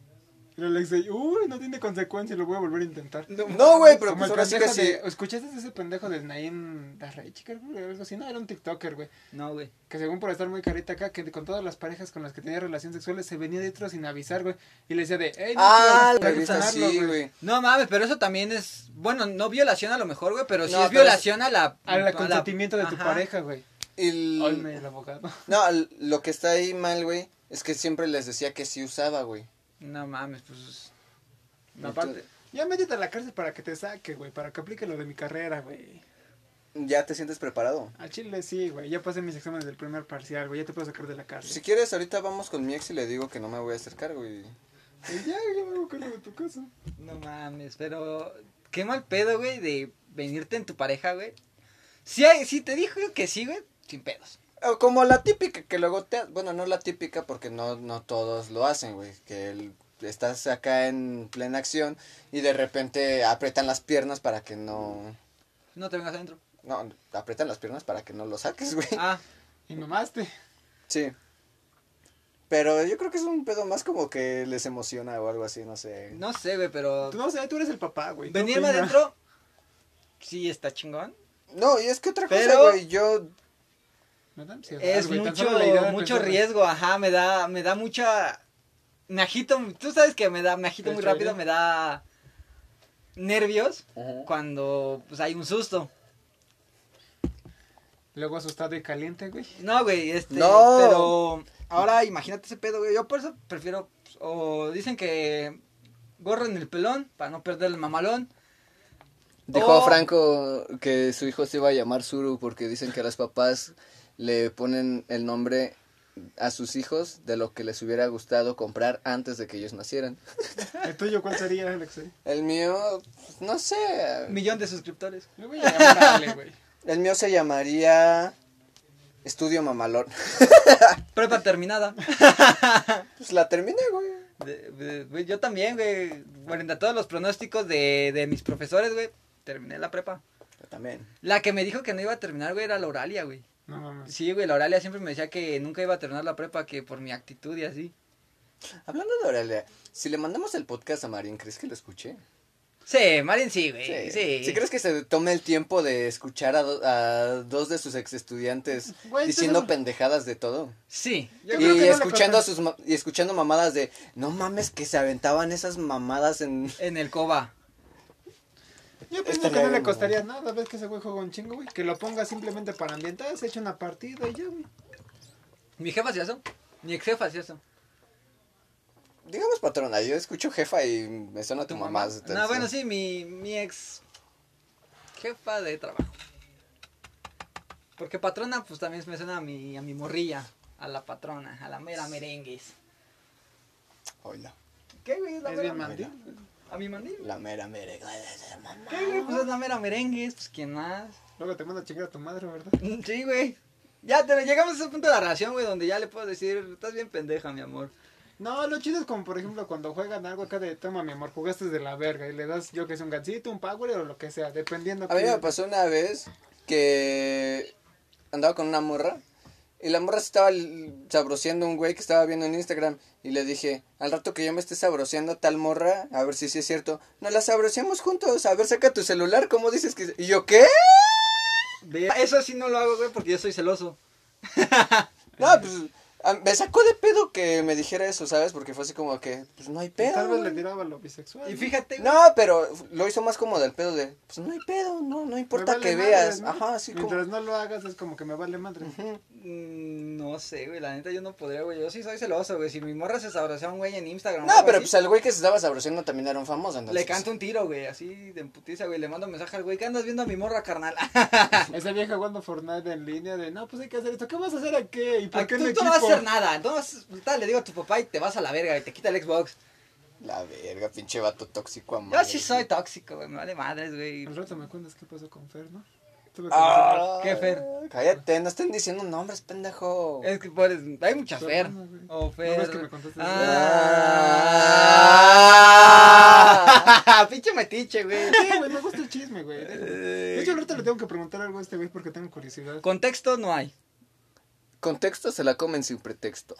[SPEAKER 3] Y el Alex, uy, no tiene consecuencia, lo voy a volver a intentar.
[SPEAKER 2] No, güey, pero
[SPEAKER 3] Como
[SPEAKER 2] pues
[SPEAKER 3] el
[SPEAKER 2] ahora sí que
[SPEAKER 3] pendejo
[SPEAKER 2] sí.
[SPEAKER 3] de- ¿Escuchaste de ese pendejo del Naim Darraichiker, güey? Algo así, no, era un TikToker, güey.
[SPEAKER 1] No, güey.
[SPEAKER 3] Que según por estar muy carita acá, que con todas las parejas con las que tenía relaciones sexuales se venía dentro sin avisar, güey. Y le decía de, ¡Ey, no
[SPEAKER 2] Ah,
[SPEAKER 3] quiero
[SPEAKER 2] la revista
[SPEAKER 3] sanarlo,
[SPEAKER 2] sí, güey.
[SPEAKER 1] No mames, pero eso también es. Bueno, no violación a lo mejor, güey, pero sí
[SPEAKER 2] No,
[SPEAKER 1] es
[SPEAKER 2] pero
[SPEAKER 1] violación a la.
[SPEAKER 3] Al
[SPEAKER 1] a la-
[SPEAKER 3] consentimiento de tu
[SPEAKER 1] Ajá.
[SPEAKER 3] pareja, güey.
[SPEAKER 2] El-
[SPEAKER 3] Olme, el abogado.
[SPEAKER 2] No, l- lo que está ahí mal, güey, es que siempre les decía que sí usaba, güey.
[SPEAKER 1] No mames, pues.
[SPEAKER 2] Entonces-
[SPEAKER 1] Aparte.
[SPEAKER 3] Ya métete a la cárcel para que te saque, güey. Para que aplique lo de mi carrera, güey.
[SPEAKER 2] ¿Ya te sientes preparado?
[SPEAKER 3] A Chile sí, güey. Ya pasé mis exámenes del primer parcial, güey. Ya te puedo sacar de la
[SPEAKER 2] Si
[SPEAKER 3] cárcel.
[SPEAKER 2] quieres, ahorita vamos con mi ex y le digo que no me voy a acercar, güey.
[SPEAKER 3] Y ya, ya me voy con lo de tu casa.
[SPEAKER 1] No mames, pero. Qué mal pedo, güey, de venirte en tu pareja, güey. Si, hay- si te dijo que sí, güey, sin pedos.
[SPEAKER 2] O Como la típica que luego te... Bueno, no la típica porque no, no todos lo hacen, güey. Que el- estás acá en plena acción y de repente aprietan las piernas para que no...
[SPEAKER 1] No te vengas adentro.
[SPEAKER 2] No, aprietan las piernas para que no lo saques, güey.
[SPEAKER 1] Ah,
[SPEAKER 3] Y mamaste.
[SPEAKER 2] Sí. Pero yo creo que es un pedo más como que les emociona o algo así, no sé.
[SPEAKER 1] no sé, güey, pero.
[SPEAKER 3] Tú no sé, tú eres el papá, güey. ¿Qué
[SPEAKER 1] Venirme
[SPEAKER 3] opinas?
[SPEAKER 1] adentro. Sí, está chingón.
[SPEAKER 2] No, y es que otra
[SPEAKER 1] Pero-
[SPEAKER 2] cosa, güey, yo...
[SPEAKER 3] Me da ansiedad,
[SPEAKER 1] Es
[SPEAKER 3] güey, tan
[SPEAKER 1] mucho,
[SPEAKER 3] solo la idea de
[SPEAKER 1] mucho
[SPEAKER 3] pensar-
[SPEAKER 1] riesgo, ajá, me da, me da mucha, me agito, tú sabes que me da, me agito
[SPEAKER 3] ¿El
[SPEAKER 1] muy
[SPEAKER 3] chorro?
[SPEAKER 1] rápido, me da nervios cuando pues hay un susto.
[SPEAKER 3] Luego asustado y caliente, güey.
[SPEAKER 1] No, güey, este,
[SPEAKER 2] No.
[SPEAKER 1] pero ahora imagínate ese pedo, güey, yo por eso prefiero, pues, o dicen que gorro en el pelón para no perder el mamalón.
[SPEAKER 2] Dijo
[SPEAKER 1] Oh.
[SPEAKER 2] Franco que su hijo se iba a llamar Zuru porque dicen que los papás le ponen el nombre a sus hijos de lo que les hubiera gustado comprar antes de que ellos nacieran.
[SPEAKER 3] ¿El tuyo cuál sería, Alex? eh?
[SPEAKER 2] El mío, pues, no sé.
[SPEAKER 1] Millón de suscriptores.
[SPEAKER 3] Le voy a llamar a Ale, güey.
[SPEAKER 2] El mío se llamaría Estudio Mamalón.
[SPEAKER 1] Prepa terminada.
[SPEAKER 2] Pues la terminé, güey.
[SPEAKER 1] De- de- güey, yo también, güey, frente a todos los pronósticos de, de mis profesores, güey, terminé la prepa.
[SPEAKER 2] Yo también.
[SPEAKER 1] La que me dijo que no iba a terminar, güey, era la Oralia, güey.
[SPEAKER 3] No mames.
[SPEAKER 1] Sí, güey, la Oralia siempre me decía que nunca iba a terminar la prepa, que por mi actitud y así.
[SPEAKER 2] Hablando de Aurelia, si le mandamos el podcast a Marín, ¿crees que lo escuche?
[SPEAKER 1] Sí, Marín sí, güey, sí.
[SPEAKER 2] ¿Sí crees que se tome el tiempo de escuchar a, do- a dos de sus ex estudiantes
[SPEAKER 3] Güey,
[SPEAKER 2] diciendo
[SPEAKER 3] entonces-
[SPEAKER 2] pendejadas de todo?
[SPEAKER 1] Sí.
[SPEAKER 3] Yo
[SPEAKER 2] y
[SPEAKER 3] creo que no le
[SPEAKER 2] escuchando
[SPEAKER 3] cortan.
[SPEAKER 2] a sus ma- y escuchando mamadas de no mames que se aventaban esas mamadas en
[SPEAKER 1] En el coba.
[SPEAKER 3] Yo pienso
[SPEAKER 2] Estaría
[SPEAKER 3] que Este no le
[SPEAKER 2] bien,
[SPEAKER 3] costaría nada, ves que ese güey juega un chingo, güey. Que lo ponga simplemente para ambientar, se echa una partida y ya, güey.
[SPEAKER 1] Mi jefa hacía eso. Mi ex jefa hacía eso.
[SPEAKER 2] digamos patrona yo escucho jefa y me suena tu, mamá,
[SPEAKER 1] No, bueno, sí, mi, mi ex jefa de trabajo. Porque patrona, pues también me suena a mi, a mi morrilla. A la patrona, a la mera merengues.
[SPEAKER 2] Hola,
[SPEAKER 1] ¿Qué, güey? Es la
[SPEAKER 3] Es
[SPEAKER 1] mera
[SPEAKER 3] bien mandil.
[SPEAKER 1] A mi mandil.
[SPEAKER 2] la mera mera de mamá.
[SPEAKER 1] ¿Qué, güey? Pues es la mera merengues, pues quién más.
[SPEAKER 3] Luego te manda a chingar a tu madre, ¿verdad?
[SPEAKER 1] Mm, Sí, güey. Ya te, llegamos a ese punto de la relación, güey, donde ya le puedo decir, estás bien pendeja, mi amor.
[SPEAKER 3] No, lo chido es como, por ejemplo, cuando juegan algo acá de toma, mi amor, jugaste de la verga y le das, yo que sé, un gancito, un power o lo que sea, dependiendo.
[SPEAKER 2] A mí
[SPEAKER 3] qué-
[SPEAKER 2] me pasó una vez que andaba con una morra y la morra se estaba l- sabroseando a un güey que estaba viendo en Instagram y le dije, al rato que yo me esté sabroseando a tal morra, a ver si sí es cierto, nos la sabroseamos juntos, a ver saca tu celular, ¿cómo dices que...? ¿Y yo qué?
[SPEAKER 1] De- Eso sí no lo hago, güey, porque yo soy celoso.
[SPEAKER 2] No, pues a- me sacó de pedo que me dijera eso, ¿sabes? Porque fue así como que, pues no hay pedo.
[SPEAKER 3] Tal vez le
[SPEAKER 2] güey.
[SPEAKER 3] tiraba lo bisexual.
[SPEAKER 1] Y
[SPEAKER 3] ¿no?
[SPEAKER 1] fíjate, güey.
[SPEAKER 2] No, pero lo hizo más como del pedo de, pues no hay pedo, no, no
[SPEAKER 3] Me
[SPEAKER 2] importa
[SPEAKER 3] vale
[SPEAKER 2] que
[SPEAKER 3] madre,
[SPEAKER 2] veas.
[SPEAKER 3] ¿no?
[SPEAKER 2] Ajá, así
[SPEAKER 3] Mientras no lo hagas es como que me vale madre.
[SPEAKER 2] como.
[SPEAKER 1] Mm, No sé, güey, la neta yo no podría, güey. Yo sí soy celoso, güey. Si mi morra se sabrosea a un güey en Instagram. o
[SPEAKER 2] No,
[SPEAKER 1] algo
[SPEAKER 2] pero
[SPEAKER 1] así,
[SPEAKER 2] pues al güey que se estaba sabroseando también era un famoso, entonces.
[SPEAKER 1] Le canto un tiro, güey, así de putiza, güey. Le mando mensaje al güey, ¿qué andas viendo a mi morra, carnal?
[SPEAKER 3] Esa vieja jugando Fortnite en línea de, no, pues hay que hacer esto. ¿Qué vas a hacer aquí? ¿Y por
[SPEAKER 1] Ay,
[SPEAKER 3] qué
[SPEAKER 1] Ah, tú,
[SPEAKER 3] en mi
[SPEAKER 1] tú no vas a
[SPEAKER 3] equipo?
[SPEAKER 1] hacer nada. Entonces, ahorita le digo a tu papá y te vas a la verga y te quita el Xbox.
[SPEAKER 2] pues, La verga, pinche vato tóxico a
[SPEAKER 1] Yo
[SPEAKER 2] madre.
[SPEAKER 1] sí soy tóxico, güey. Me vale madres, güey.
[SPEAKER 3] Al rato me cuentas qué pasó con Fer, ¿no? Tuve que
[SPEAKER 2] Ah,
[SPEAKER 1] ¿Qué, Fer?
[SPEAKER 2] Cállate, no estén diciendo nombres, pendejo.
[SPEAKER 1] Es que pues, hay muchas
[SPEAKER 3] Tu
[SPEAKER 1] Fer.
[SPEAKER 3] hermana, güey.
[SPEAKER 1] O Fer.
[SPEAKER 3] No, es que me contaste eso.
[SPEAKER 2] Ah.
[SPEAKER 1] Ah. Pinche metiche, güey.
[SPEAKER 3] Sí, güey, me gusta el chisme, güey. De hecho, ahorita le tengo que preguntar algo a este güey porque tengo curiosidad.
[SPEAKER 1] Contexto no hay. ¡Oh!
[SPEAKER 3] Oh.
[SPEAKER 2] Contexto se la comen sin pretexto.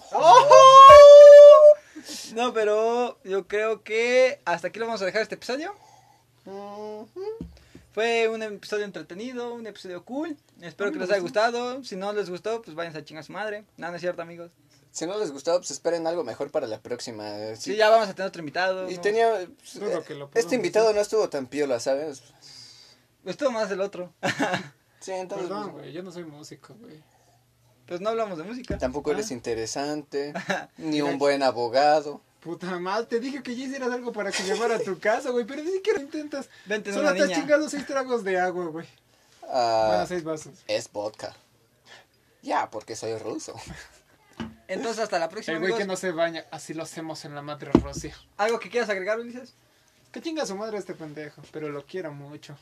[SPEAKER 1] No, pero yo creo que hasta aquí lo vamos a dejar este episodio. Fue un episodio entretenido, un episodio cool. Espero que les haya gustado. Si no les gustó, pues váyanse a chingar a su madre. No, no es cierto, amigos.
[SPEAKER 2] Si no les gustó, pues esperen algo mejor para la próxima. eh,
[SPEAKER 1] Sí,
[SPEAKER 2] sí.
[SPEAKER 1] ya vamos a tener otro invitado.
[SPEAKER 2] Y
[SPEAKER 1] ¿no?
[SPEAKER 2] tenía. pues,
[SPEAKER 3] Dudo que lo
[SPEAKER 2] eh,
[SPEAKER 3] podamos
[SPEAKER 2] este invitado no estuvo tan piola, ¿sabes?
[SPEAKER 1] Estuvo más el otro.
[SPEAKER 2] Sí, entonces. pues,
[SPEAKER 3] Perdón, güey, yo no soy músico, güey.
[SPEAKER 1] pues no hablamos de música.
[SPEAKER 2] Tampoco eres
[SPEAKER 3] Ah.
[SPEAKER 2] interesante, ni un buen abogado.
[SPEAKER 3] Puta madre, te dije que ya hicieras algo para que llamara a tu casa, güey, pero ni siquiera intentas.
[SPEAKER 1] Vente,
[SPEAKER 3] Solo
[SPEAKER 1] una
[SPEAKER 3] te has
[SPEAKER 1] niña.
[SPEAKER 3] chingado seis tragos de agua, güey.
[SPEAKER 2] Ah,
[SPEAKER 3] Bueno, seis vasos.
[SPEAKER 2] Es vodka. Ya, porque soy ruso.
[SPEAKER 1] Entonces, hasta la próxima,
[SPEAKER 3] El güey
[SPEAKER 1] amigos.
[SPEAKER 3] que no se baña, así lo hacemos en la madre Rusia.
[SPEAKER 1] ¿Algo que quieras agregar, Ulises?
[SPEAKER 3] Que chinga su madre este pendejo, pero lo quiero mucho.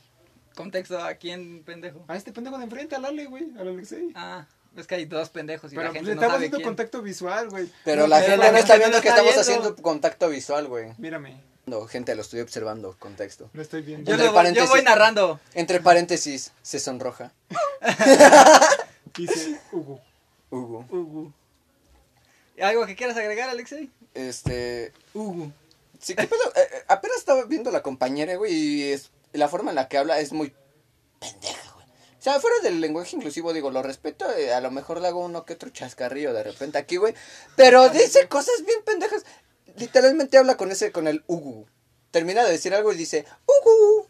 [SPEAKER 1] Contexto, ¿a quién pendejo?
[SPEAKER 3] A este pendejo de enfrente, al Ale, güey, al Alexei.
[SPEAKER 1] Ah, es que hay dos pendejos y la
[SPEAKER 3] pero pues,
[SPEAKER 1] gente
[SPEAKER 3] le
[SPEAKER 1] no
[SPEAKER 3] estamos
[SPEAKER 1] sabe
[SPEAKER 3] haciendo
[SPEAKER 1] quién.
[SPEAKER 3] contacto visual, güey.
[SPEAKER 2] Pero
[SPEAKER 3] No,
[SPEAKER 2] la
[SPEAKER 1] pero
[SPEAKER 2] gente
[SPEAKER 1] la
[SPEAKER 2] no
[SPEAKER 1] gente
[SPEAKER 2] está
[SPEAKER 1] no
[SPEAKER 2] viendo que
[SPEAKER 1] está
[SPEAKER 2] estamos
[SPEAKER 1] viendo.
[SPEAKER 2] haciendo contacto visual, güey.
[SPEAKER 3] Mírame,
[SPEAKER 2] No, gente, lo estoy observando, contexto.
[SPEAKER 3] lo estoy viendo.
[SPEAKER 1] Yo,
[SPEAKER 2] Entre
[SPEAKER 1] lo voy- yo
[SPEAKER 2] paréntesis.
[SPEAKER 1] voy narrando.
[SPEAKER 2] Entre paréntesis, se sonroja.
[SPEAKER 3] Dice Hugo.
[SPEAKER 2] Hugo.
[SPEAKER 1] Ugu. ¿Algo que quieras agregar, Alexei?
[SPEAKER 2] Este.
[SPEAKER 1] Ugu.
[SPEAKER 2] Sí, ¿qué pedo? Eh, eh, apenas estaba viendo la compañera, güey, y es- la forma en la que habla es muy pendeja, güey. O sea, fuera del lenguaje inclusivo, digo, lo respeto, eh, a lo mejor le hago uno que otro chascarrillo de repente aquí, güey. Pero dice cosas bien pendejas. Literalmente habla con ese, con el Ugu. Termina de decir algo y dice, Ugu.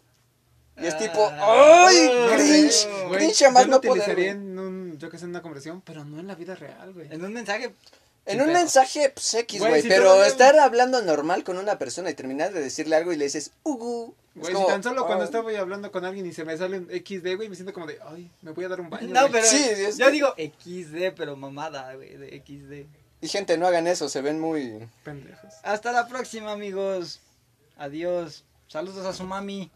[SPEAKER 2] Y es tipo,
[SPEAKER 1] Ah,
[SPEAKER 2] ¡ay!
[SPEAKER 1] no
[SPEAKER 2] Grinch.
[SPEAKER 1] sé,
[SPEAKER 3] Güey,
[SPEAKER 2] Grinch, jamás
[SPEAKER 3] yo lo
[SPEAKER 2] no poder.
[SPEAKER 3] utilizaría
[SPEAKER 2] güey.
[SPEAKER 3] en un, yo que sé, en una conversación, pero no en la vida real, güey.
[SPEAKER 1] En un mensaje.
[SPEAKER 2] En un mensaje, pues, X,
[SPEAKER 3] Güey,
[SPEAKER 2] güey.
[SPEAKER 3] si
[SPEAKER 2] pero
[SPEAKER 3] todavía-
[SPEAKER 2] estar hablando normal con una persona y terminar de decirle algo y le dices, Ugu. es
[SPEAKER 3] Güey,
[SPEAKER 2] como,
[SPEAKER 3] si tan solo cuando
[SPEAKER 2] "Ah".
[SPEAKER 3] estaba yo hablando con alguien y se me sale un XD, güey, me siento como de, ay, me voy a dar un baño.
[SPEAKER 1] No,
[SPEAKER 3] güey".
[SPEAKER 1] pero
[SPEAKER 2] Sí, es-
[SPEAKER 1] yo digo XD, pero mamada, güey, de XD.
[SPEAKER 2] Y gente, no hagan eso, se ven muy...
[SPEAKER 3] Pendejos.
[SPEAKER 1] Hasta la próxima, amigos. Adiós. Saludos a su mami.